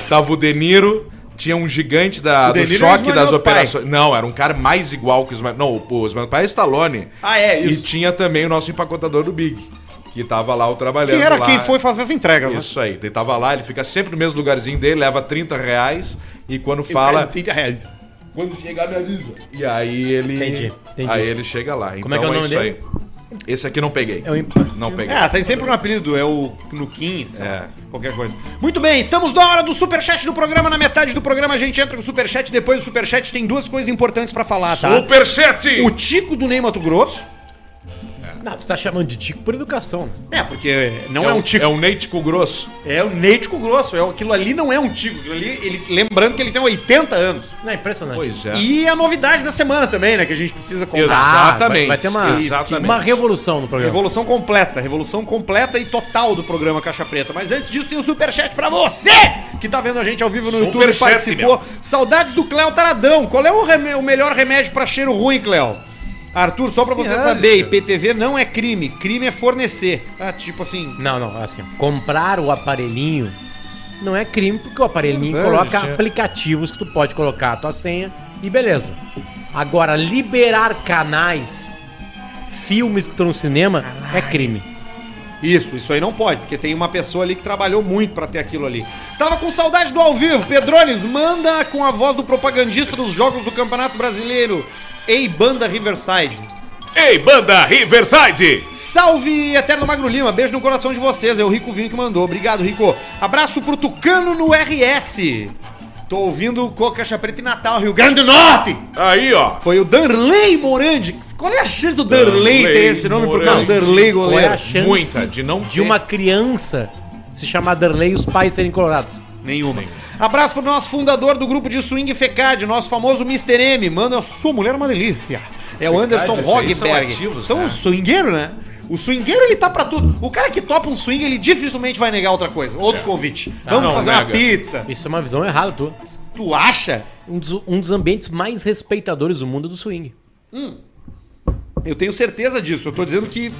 Speaker 1: tava o De Niro. Tinha um gigante da,
Speaker 2: O De
Speaker 1: do
Speaker 2: Niro
Speaker 1: choque
Speaker 2: é o
Speaker 1: das
Speaker 2: Ismael Pai.
Speaker 1: operações. Não, era um cara mais igual que os. Não, o Osman Pai é Stallone.
Speaker 2: Ah, é,
Speaker 1: E
Speaker 2: isso.
Speaker 1: tinha também o nosso empacotador do Big, que tava lá o trabalhando.
Speaker 2: Quem era
Speaker 1: lá.
Speaker 2: quem foi fazer as entregas? né?
Speaker 1: Isso aí. Ele tava lá, ele fica sempre no mesmo lugarzinho dele, leva 30 reais e quando
Speaker 2: Eu
Speaker 1: né? fala.
Speaker 2: quero 30 reais.
Speaker 1: Quando chegar, me avisa. E aí ele.
Speaker 3: Entendi, entendi.
Speaker 1: Aí ele chega lá. Então
Speaker 3: Como é que é o nome
Speaker 1: isso
Speaker 3: dele?
Speaker 1: aí. Esse aqui não peguei.
Speaker 3: É o imp-
Speaker 1: Não peguei.
Speaker 2: É, tem sempre um apelido, é o Nuquinha, sei
Speaker 1: É.
Speaker 2: lá, qualquer coisa. Muito bem, estamos na hora do superchat do programa, na metade do programa a gente entra com o superchat, depois do superchat tem duas coisas importantes pra falar, tá?
Speaker 1: Superchat!
Speaker 2: O Tico do Ney Mato Grosso,
Speaker 3: Não, tu tá chamando de tico por educação. né?
Speaker 2: é, porque não é, um Tico,
Speaker 1: É um Neitico grosso.
Speaker 2: é o Ney Tico Grosso, é, aquilo ali não é um Tico, aquilo ali, ele, lembrando que ele tem 80 anos.
Speaker 3: Não, é impressionante.
Speaker 1: Pois é.
Speaker 2: E a novidade da semana também, né, que a gente precisa contar.
Speaker 1: Exatamente.
Speaker 3: Ah, vai- vai ter uma-
Speaker 1: Exatamente.
Speaker 3: Uma revolução no programa.
Speaker 2: Revolução completa, revolução completa e total do programa Caixa Preta. Mas antes disso, tem o superchat pra você que tá vendo a gente ao vivo no YouTube
Speaker 1: Superchat,
Speaker 2: YouTube participou. Saudades do Cléo Taradão. Qual é o, reme- o melhor remédio pra cheiro ruim, Cléo? Arthur, só pra você
Speaker 1: acha?
Speaker 2: saber, IPTV não é crime, crime é fornecer. Ah, tipo assim,
Speaker 3: Não, não, assim, comprar o aparelhinho não é crime, porque o aparelhinho
Speaker 1: Verdade,
Speaker 3: coloca
Speaker 1: é.
Speaker 3: aplicativos que tu pode colocar a tua senha e beleza. Agora, liberar canais, filmes que estão no cinema, é crime.
Speaker 2: isso, isso aí não pode, porque tem uma pessoa ali que trabalhou muito pra ter aquilo ali. Tava com saudade do ao vivo, Pedrones, manda com a voz do propagandista dos jogos do Campeonato Brasileiro. Ei, banda Riverside.
Speaker 1: Ei, banda Riverside!
Speaker 2: Salve, Eterno Magro Lima. Beijo no coração de vocês. É o Rico Vinho que mandou. Obrigado, Rico. Abraço pro Tucano no RS. Tô ouvindo o Co- Caixa Preta e Natal, Rio Grande do Norte.
Speaker 1: Aí, ó.
Speaker 2: Foi o Darley Morandi. Qual é a chance do Darley,
Speaker 1: Darley
Speaker 2: ter esse nome por causa do
Speaker 1: Morandi.
Speaker 2: Darley
Speaker 3: Qual é
Speaker 2: goleiro?
Speaker 3: a chance
Speaker 1: muita de não ter.
Speaker 3: uma criança se chamar Darley e os pais serem colorados?
Speaker 2: Nenhuma. Abraço pro nosso fundador do grupo de swing FECAD, nosso famoso Mr. M. Mano, eu sou mulher uma delícia. É o Anderson
Speaker 1: esses aí
Speaker 2: Rogberg.
Speaker 1: são ativos,
Speaker 2: São
Speaker 1: né?
Speaker 2: um swingueiro, né? O swingueiro, ele tá pra tudo. O cara que topa um swing, ele dificilmente vai negar outra coisa. Outro
Speaker 1: É.
Speaker 2: convite.
Speaker 1: Ah,
Speaker 2: Vamos
Speaker 1: não,
Speaker 2: fazer uma
Speaker 1: nega.
Speaker 2: pizza.
Speaker 3: Isso é uma visão errada, tu.
Speaker 2: Tu acha?
Speaker 3: Um dos, um dos ambientes mais respeitadores do mundo é do swing.
Speaker 2: Eu tenho certeza disso. Eu tô dizendo que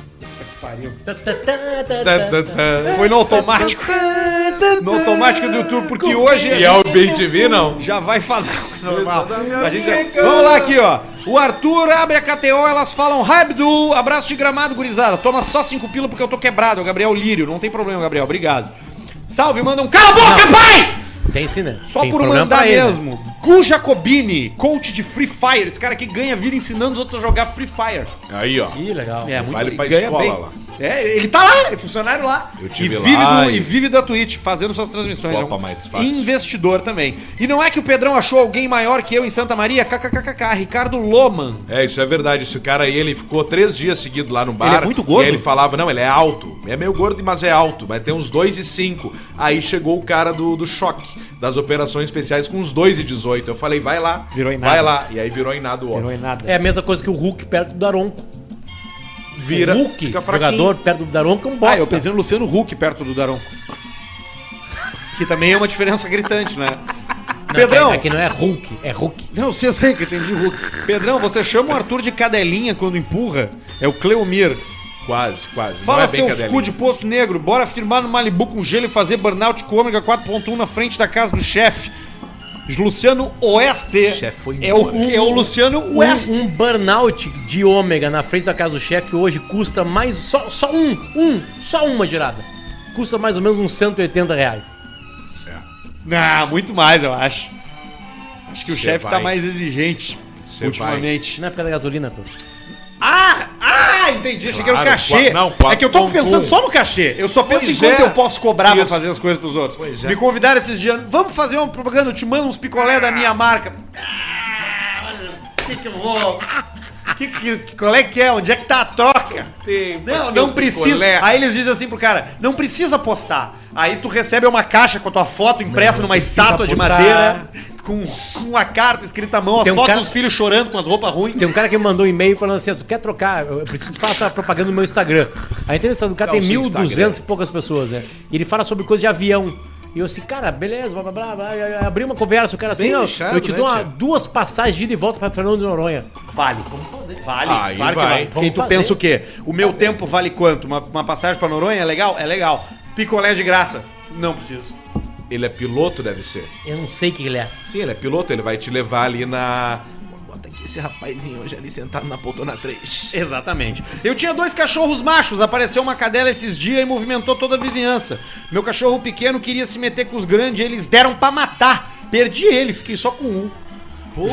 Speaker 1: Tá, tá, tá.
Speaker 2: foi no automático. No automático do YouTube, porque hoje...
Speaker 1: E é o Big TV, não.
Speaker 2: Já vai falar o normal.
Speaker 1: da minha
Speaker 2: A gente já-
Speaker 1: bica.
Speaker 2: Vamos lá aqui, ó. O Arthur abre a KTO, elas falam Rabdu, abraço de gramado, gurizada. Toma só cinco pila porque eu tô quebrado. É o Gabriel Lírio. Não tem problema, Gabriel. Obrigado. Salve, manda um. Cala a boca, pai!
Speaker 3: Tem sim, né?
Speaker 2: Só
Speaker 3: Tem
Speaker 2: por
Speaker 3: programa
Speaker 2: mandar
Speaker 3: pra ele, né?
Speaker 2: mesmo. Gu Jacobini, coach de Free Fire. Esse cara que ganha, vira ensinando os outros a jogar Free Fire.
Speaker 1: Aí, ó.
Speaker 3: Ih, legal.
Speaker 2: É, muito
Speaker 1: Vale pra
Speaker 2: ganha
Speaker 1: escola
Speaker 2: bem.
Speaker 1: lá.
Speaker 2: É, ele tá lá, é funcionário lá.
Speaker 1: Eu tive
Speaker 2: e vive
Speaker 1: lá
Speaker 2: do-
Speaker 1: e-
Speaker 2: e vive da Twitch, fazendo suas transmissões.
Speaker 1: Copa
Speaker 2: É um
Speaker 1: mais fácil.
Speaker 2: Investidor também. E não é que o Pedrão achou alguém maior que eu em Santa Maria? KKKKK, Ricardo Loman.
Speaker 1: É, isso é verdade. Esse cara aí, ele ficou três dias seguido lá no bar.
Speaker 2: Ele é muito gordo?
Speaker 1: E aí ele falava, não, ele é alto. É meio gordo, mas é alto. Mas tem uns 2,5. Aí chegou o cara do, do choque, das operações especiais, com uns 2,18. Eu falei, vai lá.
Speaker 2: Virou em
Speaker 1: Vai
Speaker 2: nada.
Speaker 1: lá. E aí virou em nada o
Speaker 2: Não
Speaker 1: homem.
Speaker 2: é nada.
Speaker 3: É a mesma coisa que o Hulk perto do Daronco.
Speaker 1: Vira,
Speaker 3: o Hulk,
Speaker 1: fica fraquinho.
Speaker 3: jogador perto do Daronco, é um
Speaker 2: Ah,
Speaker 3: bosta.
Speaker 2: eu pensei no Luciano Huck perto do Daronco. Que também é uma diferença gritante, né?
Speaker 3: Não,
Speaker 2: Pedrão!
Speaker 3: Aqui não é Hulk, é Hulk.
Speaker 2: Não, você sei que tem de Hulk. Pedrão, você chama o Arthur de cadelinha quando empurra? É o Cleomir.
Speaker 1: Quase, quase. é
Speaker 2: Fala
Speaker 1: bem
Speaker 2: seus
Speaker 1: cadelinha.
Speaker 2: cu de poço negro, bora firmar no Malibu com gelo e fazer burnout com ômega 4.1 na frente da casa do chefe. Luciano Oeste.
Speaker 1: Chefe foi
Speaker 2: é, o,
Speaker 1: embora.
Speaker 2: é o Luciano
Speaker 3: Um,
Speaker 2: Oeste.
Speaker 3: um burnout de ômega na frente da casa do chefe hoje custa mais. Só, só um, um, só uma girada. Custa mais ou menos uns 180 reais.
Speaker 2: Ah, muito mais, eu acho. Acho que o
Speaker 1: Cê
Speaker 2: chefe tá
Speaker 1: vai.
Speaker 2: mais exigente
Speaker 1: Cê
Speaker 2: ultimamente.
Speaker 3: Não é por causa da gasolina, Arthur.
Speaker 2: Ah! Ah! Ah, entendi. Achei que era o
Speaker 1: Claro,
Speaker 2: cachê.
Speaker 1: qua- não, qua-
Speaker 2: é que eu tô
Speaker 1: concurso.
Speaker 2: pensando só no cachê. Eu só penso
Speaker 1: Pois
Speaker 2: em quanto
Speaker 1: é.
Speaker 2: eu posso cobrar pra
Speaker 1: Isso.
Speaker 2: fazer as coisas pros outros.
Speaker 1: Pois é.
Speaker 2: Me convidaram esses dias. Vamos fazer uma propaganda, eu te mando uns picolé da minha marca. Ah, O que que eu vou... Que, que, que- qual é que é? Onde é que tá a troca?
Speaker 1: Tem,
Speaker 2: Não,
Speaker 1: tem um
Speaker 2: não precisa.
Speaker 1: picolé.
Speaker 2: Aí eles dizem assim pro cara, não precisa postar. Aí tu recebe uma caixa com a tua foto impressa numa estátua de
Speaker 3: postar.
Speaker 2: madeira, com, com uma carta escrita à mão, as
Speaker 3: Tem um
Speaker 2: fotos
Speaker 3: cara-
Speaker 2: dos filhos chorando com as roupas ruins.
Speaker 3: Tem um cara que me mandou um e-mail falando assim: ó, tu quer trocar? Eu eu preciso que tu faça propaganda no meu Instagram. A entrevista do cara tem
Speaker 1: Qual o seu
Speaker 3: 1.200 e poucas pessoas, né? E ele fala sobre coisa de avião. E eu assim, cara, beleza, blá blá blá. blá. E aí Abri uma conversa, o cara assim:
Speaker 1: Bem
Speaker 3: ó,
Speaker 1: lixado,
Speaker 3: eu te
Speaker 1: né,
Speaker 3: dou uma-
Speaker 1: tia?
Speaker 3: duas passagens de ida e volta pra Fernando de Noronha.
Speaker 2: Vale. Vamos fazer. Vale,
Speaker 1: Aí
Speaker 2: claro que
Speaker 1: vai.
Speaker 2: vale. Porque
Speaker 3: um Vamos
Speaker 2: tu
Speaker 3: fazer.
Speaker 2: pensa o quê? O meu
Speaker 4: é-
Speaker 2: tempo vale quanto? Uma, uma passagem pra Noronha é legal? É legal. Picolé de graça? Não preciso.
Speaker 1: Ele é piloto, deve ser.
Speaker 3: Eu não sei o que ele é.
Speaker 1: Sim, ele é piloto, ele vai te levar ali na.
Speaker 4: Bota aqui esse rapazinho hoje ali sentado na poltrona 3.
Speaker 2: Exatamente. Eu tinha dois cachorros machos, apareceu uma cadela esses dias e movimentou toda a vizinhança. Meu cachorro pequeno queria se meter com os grandes, eles deram pra matar. Perdi ele, fiquei só com um.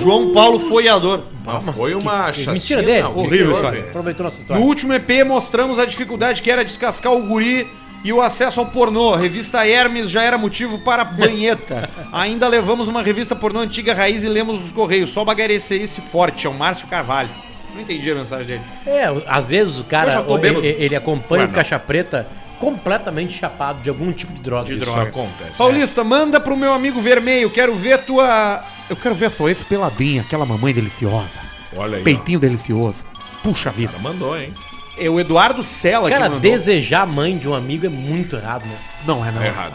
Speaker 2: João Paulo Foiador.
Speaker 1: Ah, foi uma
Speaker 3: que-
Speaker 1: chacina.
Speaker 3: mentira dele.
Speaker 1: horrível
Speaker 2: isso
Speaker 1: isso
Speaker 2: aí.
Speaker 3: Aproveitou nossa
Speaker 2: No
Speaker 3: história.
Speaker 2: último EP mostramos a dificuldade que era descascar o guri e o acesso ao pornô. Revista Hermes já era motivo para banheta. Ainda levamos uma revista pornô antiga raiz e lemos os correios. Só bagarecerice forte, é o Márcio Carvalho. Não entendi a mensagem dele.
Speaker 3: É, às vezes o
Speaker 2: Eu já
Speaker 3: cara
Speaker 2: tô bêbado.
Speaker 3: ele, ele acompanha
Speaker 1: Ué,
Speaker 3: o
Speaker 1: não.
Speaker 3: caixa preta completamente chapado de algum tipo de droga.
Speaker 2: De
Speaker 3: Isso.
Speaker 2: droga.
Speaker 1: acontece.
Speaker 2: Paulista, manda pro meu amigo vermelho. Quero ver tua. Eu quero ver a sua ex peladinha, aquela mamãe deliciosa.
Speaker 1: Olha aí. ó.
Speaker 2: Peitinho delicioso. Puxa
Speaker 1: O
Speaker 2: vida.
Speaker 1: cara mandou, hein?
Speaker 2: É o Eduardo Sela
Speaker 3: Cara,
Speaker 2: mandou.
Speaker 3: desejar a mãe de um amigo é muito errado, né?
Speaker 2: Não, é não.
Speaker 1: Tá errado.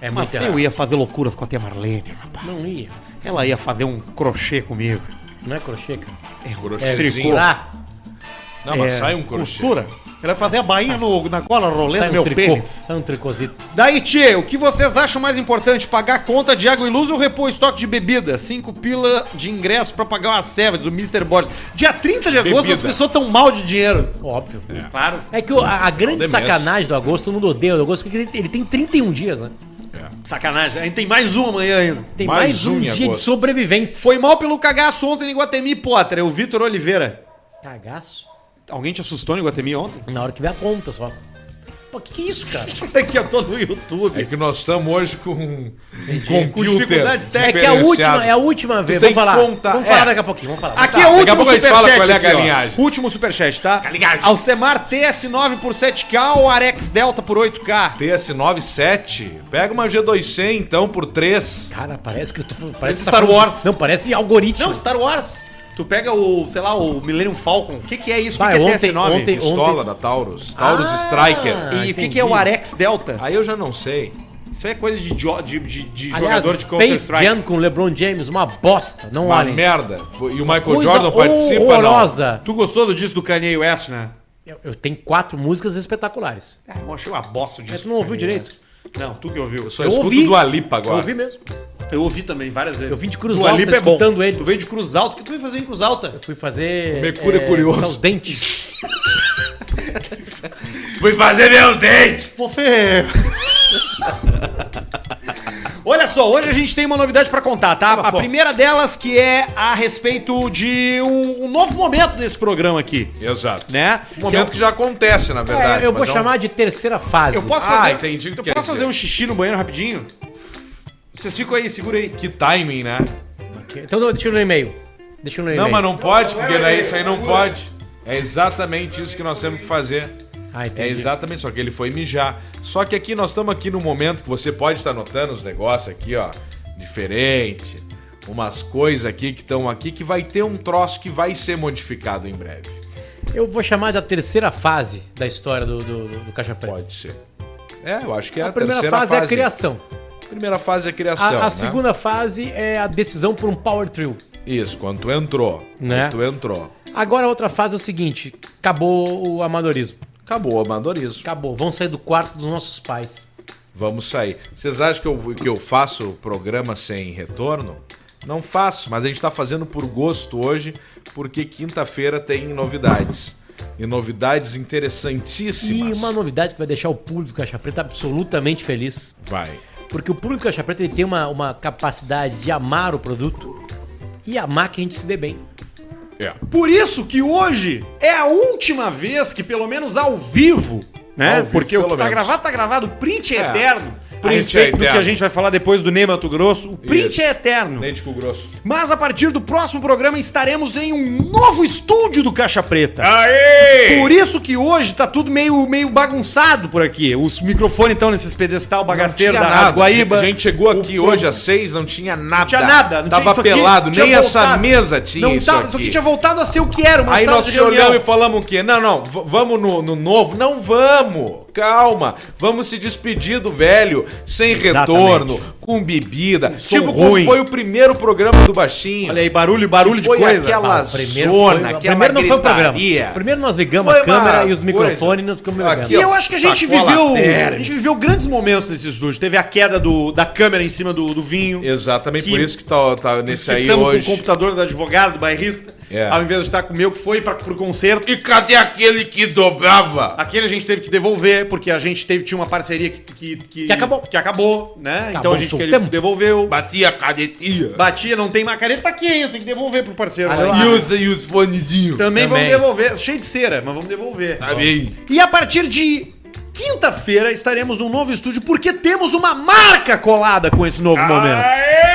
Speaker 3: É
Speaker 2: Mas
Speaker 3: muito
Speaker 2: eu
Speaker 3: errado.
Speaker 2: ia fazer loucuras com a tia Marlene, rapaz.
Speaker 3: Não ia.
Speaker 2: Ela ia fazer um crochê comigo.
Speaker 3: Não é crochê, cara.
Speaker 1: Um Crochê.
Speaker 3: É
Speaker 2: tricô. Ah,
Speaker 3: lá.
Speaker 1: Não, mas
Speaker 2: É,
Speaker 1: sai um crochê.
Speaker 2: Ela ia fazer a bainha no, na cola, rolando
Speaker 3: Sai um
Speaker 2: meu
Speaker 3: tricô.
Speaker 2: pênis.
Speaker 3: Sai um tricôzito.
Speaker 2: Daí, Tchê, o que vocês acham mais importante? Pagar conta de água e luz ou repor estoque de bebida? Cinco pila de ingresso pra pagar uma ceva, diz o Mr. Borges. Dia 30 de agosto
Speaker 1: Bebida.
Speaker 2: as pessoas tão mal de dinheiro.
Speaker 3: Óbvio. É.
Speaker 2: Claro.
Speaker 3: que o- a, a grande
Speaker 1: de mês.
Speaker 3: sacanagem do agosto, todo mundo odeia o agosto, porque ele, tem- ele tem 31 dias, né?
Speaker 1: É.
Speaker 2: Sacanagem. Ainda tem mais uma amanhã ainda.
Speaker 3: Tem
Speaker 1: Mais
Speaker 3: mais,
Speaker 1: um
Speaker 3: um
Speaker 1: em
Speaker 3: dia de
Speaker 1: agosto.
Speaker 3: sobrevivência.
Speaker 2: Foi mal pelo cagaço ontem em Guatemi, Potter. É o Vitor Oliveira.
Speaker 3: Cagaço.
Speaker 2: Alguém te assustou em Guatemi ontem?
Speaker 3: Na hora que vem a conta só. Pô, que que é isso, cara?
Speaker 2: É que eu tô no YouTube.
Speaker 1: É que nós estamos hoje com um computer
Speaker 2: Com dificuldades
Speaker 3: É que é a
Speaker 1: diferenciado.
Speaker 3: última, é a última vez.
Speaker 1: tem
Speaker 3: Vamos
Speaker 1: que
Speaker 3: falar.
Speaker 1: contar.
Speaker 3: Vamos falar
Speaker 1: É.
Speaker 3: daqui a pouquinho, vamos falar.
Speaker 2: Aqui
Speaker 1: Tá,
Speaker 2: é o
Speaker 1: daqui a
Speaker 2: último
Speaker 1: pouco a gente fala qual
Speaker 2: superchat
Speaker 1: é a
Speaker 2: aqui, ó.
Speaker 1: galinhagem.
Speaker 2: Último superchat, tá?
Speaker 1: Galinhagem.
Speaker 2: Alcemar TS9 por 7K ou Arex Delta por 8K?
Speaker 1: PS97. Pega uma G200 então por 3.
Speaker 3: Cara, parece que eu tô parece que tá
Speaker 2: Star
Speaker 3: falando-
Speaker 2: Wars.
Speaker 3: Não, parece algoritmo.
Speaker 2: Não, Star Wars. Tu pega o, sei lá, o Millennium Falcon. O que, que é isso? O
Speaker 3: Vai,
Speaker 2: que, que é
Speaker 3: ontem-
Speaker 2: TS9?
Speaker 3: ontem-
Speaker 1: Pistola da Taurus. Taurus
Speaker 3: Ah.
Speaker 1: Striker.
Speaker 2: E o que,
Speaker 3: entendi.
Speaker 2: que é o Arex Delta?
Speaker 1: Aí eu já não sei.
Speaker 2: Isso é coisa de, jo- de- de- de
Speaker 3: Aliás,
Speaker 2: jogador de
Speaker 3: Space
Speaker 2: Counter-Strike.
Speaker 3: Jam com LeBron James, uma bosta, não
Speaker 1: Uma
Speaker 3: olhem.
Speaker 1: merda. E o Michael
Speaker 3: Coisa
Speaker 1: Jordan participa,
Speaker 3: horrorosa.
Speaker 2: Tu gostou do disco do Kanye West, né?
Speaker 3: Eu, eu tenho quatro músicas espetaculares.
Speaker 2: Ah, eu achei uma bosta o disco.
Speaker 3: Mas tu não ouviu
Speaker 2: do Kanye
Speaker 3: direito?
Speaker 2: West. Não, tu que ouviu.
Speaker 1: Eu só
Speaker 3: Eu
Speaker 1: escuto
Speaker 3: ouvi.
Speaker 1: do Alipa agora.
Speaker 3: Eu ouvi mesmo.
Speaker 2: Eu ouvi também várias vezes.
Speaker 3: Eu vim de Cruz
Speaker 2: Do
Speaker 3: Alta
Speaker 2: Alipa é bom.
Speaker 3: escutando ele.
Speaker 2: Tu veio de Cruz Alta? O que tu veio fazer em Cruz Alta?
Speaker 3: Fui fazer.
Speaker 1: Mercúrio é curioso.
Speaker 3: botar Os dentes.
Speaker 1: Fui fazer meus dentes!
Speaker 2: Você. Olha só, hoje a gente tem uma novidade pra contar, tá? A primeira delas que é a respeito de um, um novo momento desse programa aqui,
Speaker 1: Exato.
Speaker 2: né?
Speaker 1: Um momento que já acontece, na verdade.
Speaker 3: É, eu vou
Speaker 1: mas é um-
Speaker 3: chamar de terceira fase.
Speaker 2: é eu posso
Speaker 1: Ah,
Speaker 2: fazer.
Speaker 1: entendi o que
Speaker 2: eu
Speaker 1: quer
Speaker 2: posso fazer
Speaker 1: dizer.
Speaker 2: um xixi no banheiro rapidinho? Vocês ficam aí, segura aí.
Speaker 1: Que timing, né?
Speaker 3: Então não, deixa eu no e-mail. Deixa eu no e-mail.
Speaker 1: Não, mas não pode, porque daí isso aí não pode. É exatamente isso que nós temos que fazer.
Speaker 3: Ah,
Speaker 1: É
Speaker 3: entendi.
Speaker 1: exatamente, só que ele foi mijar. Só que aqui nós estamos aqui no momento que você pode estar notando os negócios aqui, ó, diferente. Umas coisas aqui que estão aqui que vai ter um troço que vai ser modificado em breve.
Speaker 3: Eu vou chamar da terceira fase da história do, do, do Caixa Preta.
Speaker 1: Pode ser. É, eu acho que é a,
Speaker 3: A primeira
Speaker 1: terceira
Speaker 3: fase,
Speaker 1: fase.
Speaker 3: é a criação.
Speaker 1: Primeira fase é a
Speaker 3: A,
Speaker 1: criação.
Speaker 3: a
Speaker 1: né?
Speaker 3: segunda fase é a decisão por um power trio.
Speaker 1: Isso, quando tu entrou.
Speaker 3: Né?
Speaker 1: Quando tu entrou.
Speaker 3: Agora a outra fase é o seguinte: acabou o amadorismo.
Speaker 1: Acabou o amadorismo.
Speaker 3: Acabou. Vão sair do quarto dos nossos pais.
Speaker 1: Vamos sair. Vocês acham que eu, que eu faço o programa sem retorno? Não faço, mas a gente tá fazendo por gosto hoje, porque quinta-feira tem novidades. E novidades
Speaker 3: E
Speaker 1: interessantíssimas.
Speaker 3: uma novidade que vai deixar o público do Caixa Preta absolutamente feliz.
Speaker 1: Vai.
Speaker 3: Porque o público Caixa Preta ele tem uma, uma capacidade de amar o produto e amar que a gente se dê bem.
Speaker 1: É.
Speaker 2: Por isso que hoje é a última vez que, pelo menos ao vivo, né?
Speaker 1: Ao vivo,
Speaker 2: Porque o que
Speaker 1: pelo
Speaker 2: tá
Speaker 1: menos.
Speaker 2: gravado, tá gravado. O print é,
Speaker 1: É.
Speaker 2: eterno. A
Speaker 1: Print é
Speaker 2: respeito do que
Speaker 1: eterno.
Speaker 2: a gente vai falar depois do Ney Mato Grosso, o print
Speaker 1: Isso.
Speaker 2: é eterno.
Speaker 1: Leite com grosso.
Speaker 2: Mas a partir do próximo programa estaremos em um novo estúdio do Caixa Preta.
Speaker 1: Aê!
Speaker 2: Tá. Por isso que hoje tá tudo meio, meio bagunçado por aqui. Os microfones estão nesses pedestal bagaceiro da Rádio Guaíba.
Speaker 1: A gente chegou aqui
Speaker 2: O
Speaker 1: hoje
Speaker 2: pro-
Speaker 1: às seis, não tinha nada.
Speaker 2: Não tinha nada. Não tinha
Speaker 1: tava
Speaker 2: isso aqui,
Speaker 1: pelado,
Speaker 2: tinha
Speaker 1: nem essa
Speaker 2: voltado.
Speaker 1: mesa tinha
Speaker 2: não
Speaker 1: isso
Speaker 2: tava,
Speaker 1: aqui.
Speaker 2: Isso aqui tinha voltado a ser o que era, uma
Speaker 1: Aí
Speaker 2: sala
Speaker 1: nós
Speaker 2: de
Speaker 1: se
Speaker 2: reunião.
Speaker 1: olhamos e falamos o quê? Não, não, v- vamos no, no novo? Não vamos, calma. Vamos se despedir do velho, sem
Speaker 2: Exatamente.
Speaker 1: retorno, com bebida.
Speaker 2: som
Speaker 1: tipo como
Speaker 2: ruim.
Speaker 1: foi o primeiro programa do Baixinho.
Speaker 2: Olha aí, barulho, barulho de
Speaker 1: Foi
Speaker 2: coisa.
Speaker 1: aquela-
Speaker 3: Ah, o
Speaker 1: zona,
Speaker 3: foi- o
Speaker 1: aquela
Speaker 3: primeiro não foi o programa.
Speaker 1: gritaria.
Speaker 3: Primeiro nós ligamos
Speaker 1: Foi
Speaker 3: a câmera
Speaker 1: uma
Speaker 3: e os
Speaker 1: coisa.
Speaker 3: microfones e nós ficamos
Speaker 1: Aqui,
Speaker 2: E
Speaker 3: bebendo.
Speaker 2: eu acho que a gente
Speaker 1: Sacola
Speaker 2: viveu.
Speaker 1: térmica.
Speaker 2: A gente viveu grandes momentos nesse estúdio. Teve a queda do, da câmera em cima do, do vinho.
Speaker 1: Exatamente,
Speaker 2: Que-
Speaker 1: por isso que tá, tá nesse aí
Speaker 2: Estamos com o
Speaker 1: hoje.
Speaker 2: computador do advogado, do bairrista,
Speaker 1: É.
Speaker 2: ao invés de estar com o meu que foi para pro concerto.
Speaker 1: E cadê aquele que dobrava?
Speaker 2: Aquele a gente teve que devolver, porque a gente teve, tinha uma parceria que, que,
Speaker 3: Que acabou.
Speaker 2: Que acabou, né?
Speaker 3: Acabou
Speaker 2: então a gente
Speaker 3: o seu
Speaker 2: que ele
Speaker 3: tempo.
Speaker 2: devolveu.
Speaker 1: Batia a cadetinha.
Speaker 2: Batia, não tem macareta, tá aqui ainda, tem que devolver pro parceiro.
Speaker 3: Alô,
Speaker 2: lá.
Speaker 3: alô.
Speaker 1: os, e os fonezinhos.
Speaker 2: Também,
Speaker 3: Ah, Também.
Speaker 2: vamos devolver, cheio de cera, mas vamos devolver.
Speaker 1: Tá bem.
Speaker 2: E a partir de quinta-feira estaremos num novo estúdio, porque temos uma marca colada com esse novo momento.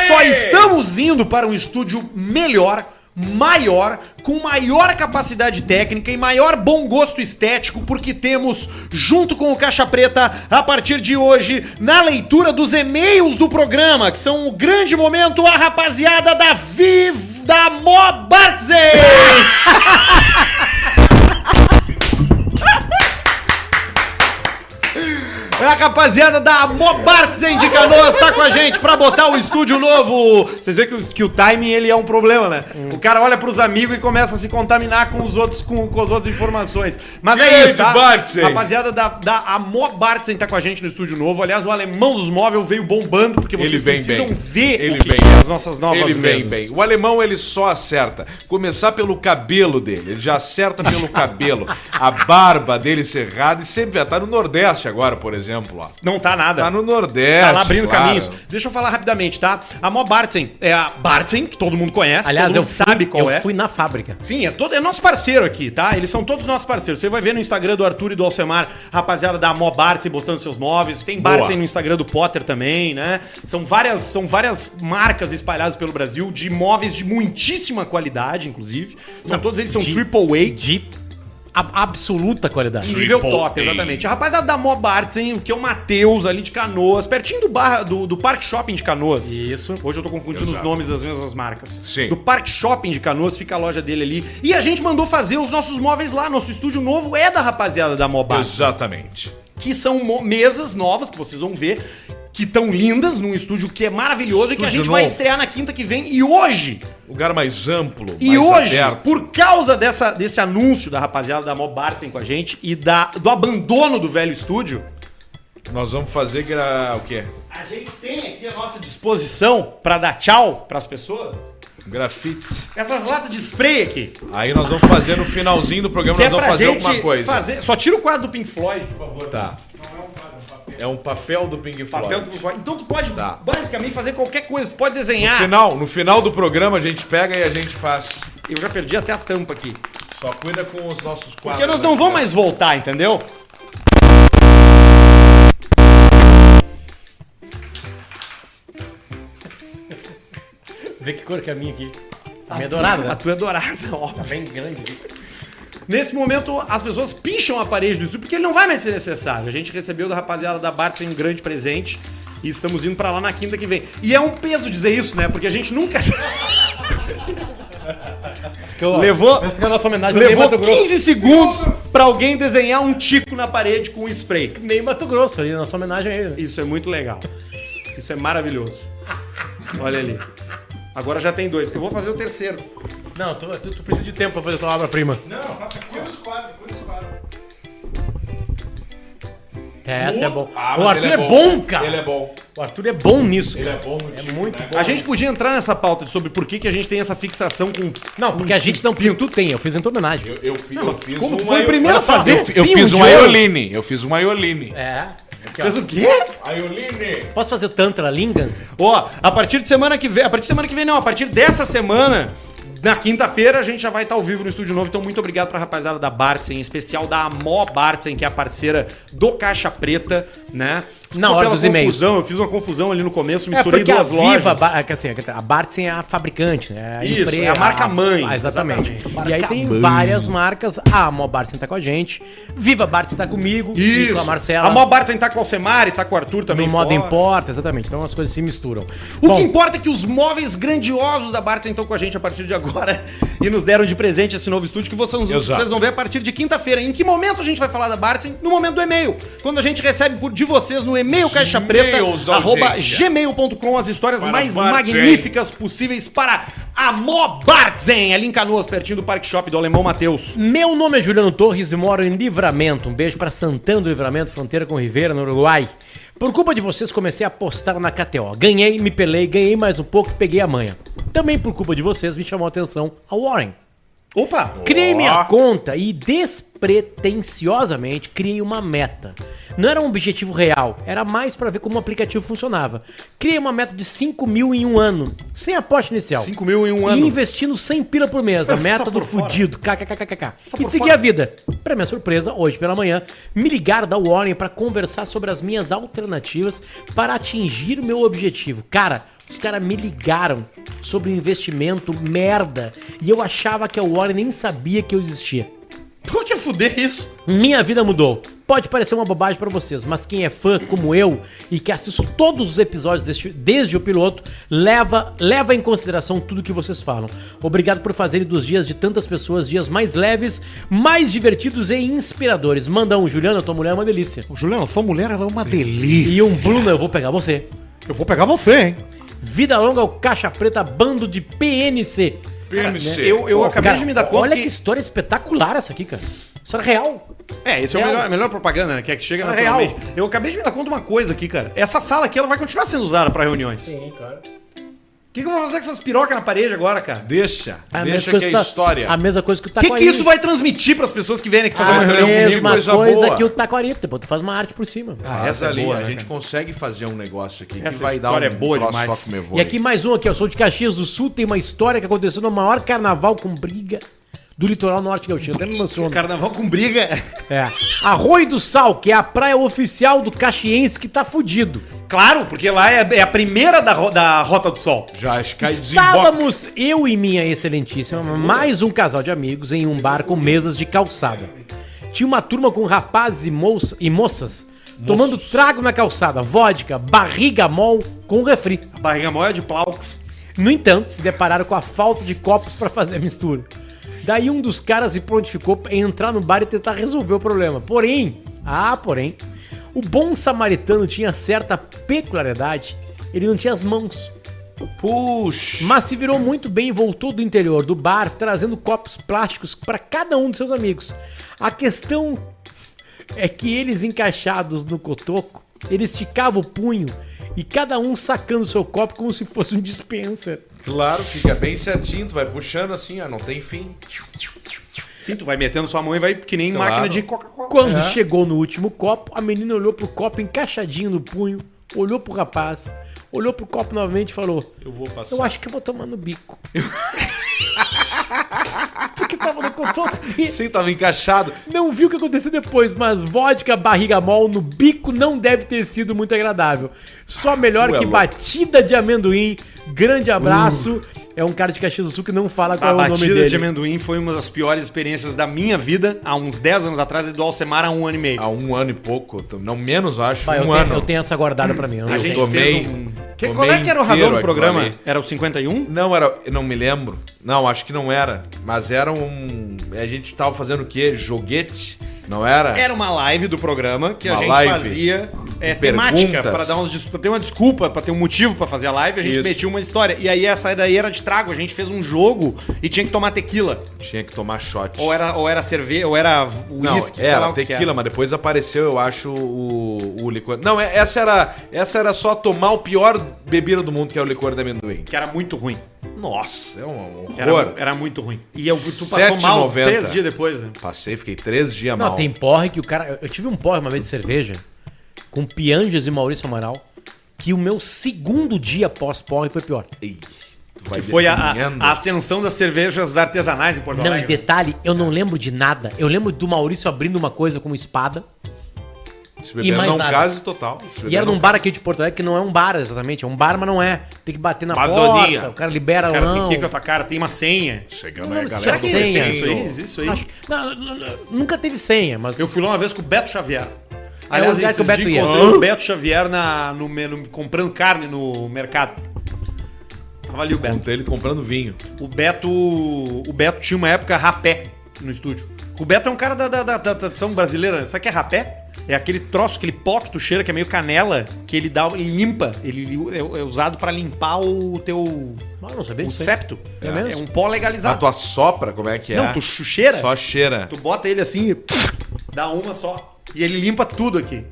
Speaker 2: Só estamos indo para um estúdio melhor, maior, com maior capacidade técnica e maior bom gosto estético, porque temos, junto com o Caixa Preta, a partir de hoje, na leitura dos e-mails do programa, que são um grande momento, a rapaziada da Viv da Mobartzei! É a rapaziada da Mobartzen de Canoas tá com a gente pra botar o estúdio novo. Vocês veem que o, que o timing ele é um problema, né?
Speaker 1: Hum.
Speaker 2: O cara olha pros amigos e começa a se contaminar com os outros com, com as outras informações. Mas é
Speaker 1: Grande
Speaker 2: isso, tá?
Speaker 1: Bartzen.
Speaker 2: Rapaziada da, da a Mobartzen tá com a gente no estúdio novo. Aliás, o alemão dos móveis veio bombando porque vocês
Speaker 1: Ele vem
Speaker 2: precisam
Speaker 1: bem.
Speaker 2: ver
Speaker 1: Ele
Speaker 2: o que
Speaker 1: vem.
Speaker 2: que é as nossas novas
Speaker 1: Ele vem
Speaker 2: mesas.
Speaker 1: bem. O alemão ele só acerta. Começar pelo cabelo dele. Ele já acerta pelo cabelo. A barba dele cerrada e sempre vai estar no Nordeste agora, por exemplo. Ó.
Speaker 2: Não tá nada.
Speaker 1: Tá no Nordeste.
Speaker 2: Tá lá abrindo
Speaker 1: claro.
Speaker 2: caminhos. Deixa eu falar rapidamente, tá? A Mo Bartzen é a Bartzen, que todo mundo conhece,
Speaker 3: Aliás,
Speaker 2: todo
Speaker 3: eu
Speaker 2: mundo
Speaker 3: fui,
Speaker 2: sabe qual
Speaker 3: eu
Speaker 2: é.
Speaker 3: fui na fábrica.
Speaker 2: Sim, é, todo, é nosso parceiro aqui, tá? Eles são todos nossos parceiros. Você vai ver no Instagram do Arthur e do Alcemar, rapaziada da Mo Bartzen postando seus móveis. Tem
Speaker 1: Boa.
Speaker 2: Bartzen no Instagram do Potter também, né? São várias, são várias marcas espalhadas pelo Brasil de móveis de muitíssima qualidade, inclusive. São todos eles são
Speaker 3: de-
Speaker 2: triple A.
Speaker 3: De ab- absoluta qualidade.
Speaker 2: Nível
Speaker 1: Triple
Speaker 2: top,
Speaker 1: A.
Speaker 2: exatamente. A rapaziada da Mob Arts, hein? O que é o Matheus ali de Canoas, pertinho do, bar, do, do Parque Shopping de Canoas.
Speaker 3: Isso.
Speaker 2: Hoje eu tô confundindo os
Speaker 1: Exato.
Speaker 2: nomes das mesmas marcas.
Speaker 1: Sim.
Speaker 2: Do Parque Shopping de Canoas, fica a loja dele ali. E a gente mandou fazer os nossos móveis lá. Nosso estúdio novo é da rapaziada da Mob Arts
Speaker 1: Exatamente.
Speaker 2: que são mo- mesas novas que vocês vão ver, que estão lindas, num estúdio que é maravilhoso e que a
Speaker 1: Estúdio
Speaker 2: gente vai
Speaker 1: novo.
Speaker 2: estrear na quinta que vem. E hoje,
Speaker 1: Lugar mais amplo.
Speaker 2: e
Speaker 1: mais
Speaker 2: hoje,
Speaker 1: aberto.
Speaker 2: por causa dessa, desse anúncio da rapaziada da Mob Barton com a gente e da, do abandono do velho estúdio,
Speaker 1: Nós vamos fazer gra... o quê?
Speaker 2: a gente tem aqui a nossa disposição pra dar tchau pras pessoas.
Speaker 1: Grafite.
Speaker 2: Essas latas de spray aqui.
Speaker 1: Aí nós vamos fazer no finalzinho do programa,
Speaker 2: Que é
Speaker 1: nós vamos
Speaker 2: pra
Speaker 1: fazer
Speaker 2: gente
Speaker 1: alguma coisa.
Speaker 2: fazer. Só tira o quadro do Pink Floyd, por favor.
Speaker 1: Tá. É um papel do Pink Floyd.
Speaker 2: Papel do Pink Floyd. Então tu pode
Speaker 1: Tá.
Speaker 2: basicamente fazer qualquer coisa, tu pode desenhar.
Speaker 1: No final, no final do programa a gente pega e a gente faz.
Speaker 2: Eu já perdi até a tampa aqui.
Speaker 1: Só cuida com os nossos quadros.
Speaker 2: Porque nós
Speaker 1: né?
Speaker 2: não vamos mais voltar, entendeu?
Speaker 3: Vê que cor que é a minha aqui. A minha é dourada.
Speaker 2: A
Speaker 3: né?
Speaker 2: tua é dourada, ó.
Speaker 3: Tá bem grande.
Speaker 2: Nesse momento, as pessoas picham a parede do estúdio, porque ele não vai mais ser necessário. A gente recebeu da rapaziada da Bartzen um grande presente. E estamos indo pra lá na quinta que vem. E é um peso dizer isso, né? Porque a gente nunca
Speaker 3: Que eu-
Speaker 2: Levou-
Speaker 3: Essa que é a nossa homenagem ao
Speaker 2: levou
Speaker 3: Ney Mato Grosso.
Speaker 2: 15 segundos pra alguém desenhar um tico na parede com spray.
Speaker 3: Ney Mato Grosso ali, nossa homenagem a ele. né?
Speaker 2: Isso é muito legal. Isso é maravilhoso. Olha ali. Agora já tem dois. Eu vou fazer o terceiro.
Speaker 3: Não, tu, tu- tu precisa de tempo pra fazer tua obra-prima.
Speaker 2: Não, faça cuida dos quadros, cuida dos quadros.
Speaker 3: É, até bom.
Speaker 1: Ah, mas
Speaker 3: o Arthur
Speaker 1: ele
Speaker 3: é bom, cara.
Speaker 1: Ele é bom.
Speaker 3: O Arthur é bom nisso.
Speaker 1: Ele
Speaker 3: cara.
Speaker 1: é bom no time,
Speaker 3: muito
Speaker 1: né?
Speaker 3: bom.
Speaker 2: A gente podia entrar nessa pauta sobre por que, que a gente tem essa fixação com.
Speaker 3: Não, porque a gente não pinto tem, eu fiz em tua homenagem.
Speaker 1: Eu, eu fi- eu fiz
Speaker 2: como
Speaker 1: um
Speaker 2: tu foi o
Speaker 1: aio-
Speaker 2: primeiro a
Speaker 1: Olha só,
Speaker 2: fazer?
Speaker 1: Eu, fi- eu
Speaker 2: Sim,
Speaker 1: fiz
Speaker 2: um
Speaker 1: um
Speaker 2: de ouro.
Speaker 1: aioline. Eu fiz um aioline.
Speaker 3: É. Aqui, ó.
Speaker 2: Mas o quê?
Speaker 1: Aioline.
Speaker 3: Posso fazer o Tantra É, Lingam?
Speaker 2: Ó, a partir de semana que vem. A partir de semana que vem, não, a partir dessa semana. Na quinta-feira a gente já vai estar ao vivo no Estúdio Novo, então muito obrigado pra rapaziada da Bartzen, em especial da Amó Bartzen, que é a parceira do Caixa Preta, né?
Speaker 3: Na hora dos e-mails.
Speaker 2: confusão, eu fiz uma confusão ali no começo,
Speaker 3: É
Speaker 2: misturei
Speaker 3: porque a
Speaker 2: duas
Speaker 3: Viva,
Speaker 2: lojas.
Speaker 3: ba- é que assim, a Bartzen é a fabricante, né? A
Speaker 2: Isso, é a marca mãe.
Speaker 3: Ah, exatamente.
Speaker 2: Exatamente.
Speaker 3: E aí tem várias marcas. A Amor Bartzen tá com a gente. Viva Bartzen tá comigo. e
Speaker 2: Isso.
Speaker 3: Com a Marcela.
Speaker 2: Amó Bartzen tá com o Alcemari, tá com o Arthur também
Speaker 3: no modo
Speaker 2: fora.
Speaker 3: importa, exatamente. Então as coisas se misturam.
Speaker 2: O
Speaker 3: Bom,
Speaker 2: que importa é que os móveis grandiosos da Bartzen estão com a gente a partir de agora e nos deram de presente esse novo estúdio que vocês,
Speaker 1: Exato.
Speaker 2: vocês vão ver a partir de quinta-feira. Em que momento a gente vai falar da Bartzen? No momento do e-mail. Quando a gente recebe por, de vocês no e-mail caixa preta,
Speaker 1: e-mails,
Speaker 2: arroba
Speaker 1: audiência.
Speaker 2: gmail.com, as histórias
Speaker 1: Para
Speaker 2: mais
Speaker 1: Bartzen.
Speaker 2: magníficas possíveis para a Mó Bartzen, ali em Canoas, pertinho do Parque Shop do Alemão Matheus.
Speaker 3: Meu nome é Juliano Torres e moro em Livramento. Um beijo pra Santana do Livramento, fronteira com Rivera, no Uruguai. Por culpa de vocês, comecei a apostar na KTO. Ganhei, me pelei, ganhei mais um pouco e peguei a manha. Também por culpa de vocês, me chamou a atenção a Warren.
Speaker 2: Opa!
Speaker 3: Criei
Speaker 1: Ó.
Speaker 3: minha conta e despretensiosamente criei uma meta. Não era um objetivo real, era mais pra ver como o aplicativo funcionava. Criei uma meta de 5 mil em um ano, sem aposta inicial.
Speaker 2: 5 mil em um
Speaker 3: E
Speaker 2: ano.
Speaker 3: investindo 100 pila por mês, a meta do
Speaker 2: por fora.
Speaker 3: fudido, kkkk. E
Speaker 2: por
Speaker 3: segui
Speaker 2: fora.
Speaker 3: a vida. Pra minha surpresa, hoje pela manhã, me ligaram da Warren pra conversar sobre as minhas alternativas para atingir o meu objetivo. Cara, os caras me ligaram sobre um investimento merda e eu achava que a Warren nem sabia que eu existia.
Speaker 2: Pô, que fuder isso?
Speaker 3: Minha vida mudou. Pode parecer uma bobagem pra vocês, mas quem é fã como eu e que assisto todos os episódios deste- desde o piloto, leva, leva em consideração tudo que vocês falam. Obrigado por fazerem dos dias de tantas pessoas dias mais leves, mais divertidos e inspiradores. Manda um, Juliana, tua mulher é uma delícia.
Speaker 2: Juliano, sua mulher ela é uma delícia.
Speaker 3: E um, Bruno, eu vou pegar você.
Speaker 2: Eu vou pegar você, hein?
Speaker 3: Vida longa ao Caixa Preta, bando de PNC.
Speaker 1: PMC.
Speaker 2: né? Eu, eu
Speaker 3: Pô,
Speaker 2: acabei
Speaker 3: cara,
Speaker 2: de me dar conta
Speaker 3: Olha que... história espetacular essa aqui, cara. História real.
Speaker 2: É, esse é o
Speaker 3: Real.
Speaker 2: melhor, a melhor propaganda, né? Que é que chega
Speaker 3: Isso é
Speaker 2: naturalmente.
Speaker 3: real.
Speaker 2: Eu acabei de me dar conta de uma coisa aqui, cara. Essa sala aqui, ela vai continuar sendo usada pra reuniões. O
Speaker 3: Sim, claro.
Speaker 2: que, que eu vou fazer com essas pirocas na parede agora, cara?
Speaker 1: Deixa.
Speaker 2: Ah,
Speaker 3: A
Speaker 1: deixa
Speaker 3: mesma
Speaker 1: que
Speaker 3: coisa
Speaker 1: é
Speaker 3: que tá-
Speaker 1: história.
Speaker 3: A mesma coisa que o
Speaker 2: O que, que isso vai transmitir pras pessoas que vierem aqui
Speaker 1: Ah,
Speaker 2: fazer
Speaker 3: a
Speaker 1: é.
Speaker 2: uma reunião
Speaker 1: mesma
Speaker 2: comigo?
Speaker 1: coisa
Speaker 3: coisa,
Speaker 1: boa.
Speaker 3: que o Taquarito, pô, tu faz uma arte por cima.
Speaker 2: Ah,
Speaker 1: Faz
Speaker 2: essa é
Speaker 1: ali,
Speaker 2: boa,
Speaker 1: a
Speaker 2: né,
Speaker 1: gente
Speaker 2: cara?
Speaker 1: consegue fazer um negócio aqui
Speaker 2: Essa
Speaker 1: que vai dar um
Speaker 2: história é boa
Speaker 1: troço
Speaker 2: demais.
Speaker 1: toque meu
Speaker 3: e
Speaker 1: vôlei.
Speaker 3: aqui mais um aqui, ó, sou de Caxias do Sul, tem uma história que aconteceu no maior carnaval com briga do litoral norte gaúcho. Até me lançou.
Speaker 2: Carnaval com briga.
Speaker 3: É. Arroio do Sal, que é a praia oficial do caxiense que tá fudido.
Speaker 2: Claro, porque lá é, é a primeira da, ro- da Rota do Sol.
Speaker 1: Já escai desemboca.
Speaker 3: Estávamos eu e minha excelentíssima, mais um casal de amigos em um bar com mesas de calçada. Tinha uma turma com rapazes e, moça, e moças tomando trago na calçada, vodka, barriga mol com refri.
Speaker 2: A barriga maior é de Plaux.
Speaker 3: No entanto, se depararam com a falta de copos para fazer a mistura. Daí um dos caras se prontificou para entrar no bar e tentar resolver o problema. Porém, ah, porém, o bom samaritano tinha certa peculiaridade. Ele não tinha as mãos,
Speaker 1: Puxa.
Speaker 3: mas se virou muito bem e voltou do interior do bar trazendo copos plásticos para cada um de seus amigos. A questão é que eles encaixados no cotoco, ele esticava o punho e cada um sacando seu copo como se fosse um dispenser.
Speaker 1: Claro, fica bem certinho, tu vai puxando assim, ó, não tem fim.
Speaker 2: Sim, tu vai metendo sua mão e vai que nem
Speaker 1: Claro.
Speaker 2: máquina de Coca-Cola.
Speaker 3: Quando
Speaker 1: É.
Speaker 3: chegou no último copo, a menina olhou pro copo encaixadinho no punho, olhou pro rapaz, olhou pro copo novamente e falou:
Speaker 1: Eu vou passar.
Speaker 3: Eu acho que eu vou tomar no bico. Porque tava no cotoco dele.
Speaker 1: Sim, tava encaixado.
Speaker 3: Não vi o que aconteceu depois, mas vodka barriga mol no bico não deve ter sido muito agradável. Só melhor
Speaker 1: Tu é
Speaker 3: que
Speaker 1: louco.
Speaker 3: batida de amendoim. Grande abraço. É um cara de Caxias do Sul que não fala
Speaker 2: A
Speaker 3: qual é o nome
Speaker 2: batida
Speaker 3: dele.
Speaker 2: de amendoim foi uma das piores experiências da minha vida, há uns 10 anos atrás, e do Alcemar há um ano e meio.
Speaker 1: Há um ano e pouco, não menos, eu acho,
Speaker 3: Vai, eu,
Speaker 1: um
Speaker 3: tenho,
Speaker 1: ano.
Speaker 3: eu tenho essa guardada pra mim. Ah, eu não
Speaker 2: A
Speaker 3: tenho.
Speaker 2: gente
Speaker 1: tomei-
Speaker 2: fez um...
Speaker 1: tomei
Speaker 2: qual é que era o razão
Speaker 1: inteiro
Speaker 2: do programa?
Speaker 1: aquilo ali.
Speaker 2: Era o 51?
Speaker 1: Não era, eu não me lembro. Não, acho que não era. Mas era um. A gente tava fazendo o quê? Joguete? Não era?
Speaker 2: Era uma live do programa que a
Speaker 1: Uma
Speaker 2: gente
Speaker 1: live
Speaker 2: fazia é,
Speaker 1: com
Speaker 2: temática
Speaker 1: perguntas.
Speaker 2: para dar uns des- pra ter uma desculpa, para ter um motivo para fazer a live, a gente
Speaker 1: Isso.
Speaker 2: metia uma história. E aí essa daí era de trago, a gente fez um jogo e tinha que tomar tequila,
Speaker 1: Tinha que tomar shot.
Speaker 2: ou era ou era cerveja, ou era
Speaker 1: Não,
Speaker 2: uísque, sei lá
Speaker 1: era
Speaker 2: o que que
Speaker 1: tequila, mas depois apareceu, eu acho, o, o licor. Não, é- essa era, essa era só tomar o pior bebida do mundo, que é o licor de amendoim.
Speaker 2: Que era muito ruim.
Speaker 1: Nossa, é um horror.
Speaker 2: Era, era muito ruim. E eu, tu passou
Speaker 1: 7,90.
Speaker 2: mal três dias depois, né?
Speaker 1: Passei, fiquei três dias
Speaker 3: Não,
Speaker 1: mal.
Speaker 3: tem porre que o cara. eu- Eu tive um porre uma vez de cerveja com Pianges e Maurício Amaral. Que o meu segundo dia pós-porre foi pior.
Speaker 1: Ih, vai
Speaker 2: Que foi a, a-
Speaker 1: definindo.
Speaker 2: a ascensão das cervejas artesanais em Porto
Speaker 3: Não, e
Speaker 2: Alegre. É.
Speaker 3: detalhe, eu não lembro de nada. Eu lembro do Maurício abrindo uma coisa com uma espada.
Speaker 1: Se beber
Speaker 3: mais
Speaker 1: não
Speaker 3: nada.
Speaker 1: case total. Se beber
Speaker 3: E era
Speaker 1: não
Speaker 2: um
Speaker 3: num bar aqui de Porto Alegre, que não é um bar exatamente. É um bar, mas não é. Tem que bater na
Speaker 2: Madonia.
Speaker 3: porta, o cara libera
Speaker 2: O
Speaker 3: ou
Speaker 2: cara
Speaker 3: não.
Speaker 2: tem que ir com a tua cara, tem uma senha.
Speaker 1: Chegando
Speaker 3: Não,
Speaker 1: aí,
Speaker 3: mas
Speaker 1: galera.
Speaker 3: será
Speaker 1: do
Speaker 3: que tem
Speaker 1: Betinho.
Speaker 2: isso aí? Existe isso aí?
Speaker 3: Não, não, não, nunca teve senha, mas.
Speaker 2: Eu fui lá uma vez com o Beto Xavier.
Speaker 3: É o lugar que o
Speaker 2: esses
Speaker 3: Beto
Speaker 2: dias
Speaker 3: ia.
Speaker 2: encontrei o Beto Xavier na, no, me- no- comprando carne no mercado. Tava ali o Beto.
Speaker 1: Contei ele comprando vinho.
Speaker 2: O Beto, o Beto tinha uma época rapé no estúdio. O Beto é um cara da, da, da, da tradição brasileira. né? Sabe o que é rapé? É aquele troço, aquele pó que tu cheira, que é meio canela, que ele dá, ele limpa. Ele é, é usado pra limpar o teu.
Speaker 3: Ah, não sabia
Speaker 2: o
Speaker 3: disso aí.
Speaker 2: septo.
Speaker 3: É
Speaker 2: É,
Speaker 3: mesmo?
Speaker 2: um pó
Speaker 1: Mas
Speaker 2: legalizado.
Speaker 1: tu assopra, como é que é?
Speaker 2: Não, tu chu- cheira.
Speaker 1: Só cheira.
Speaker 2: Tu bota ele assim, e dá uma só. E ele limpa tudo aqui.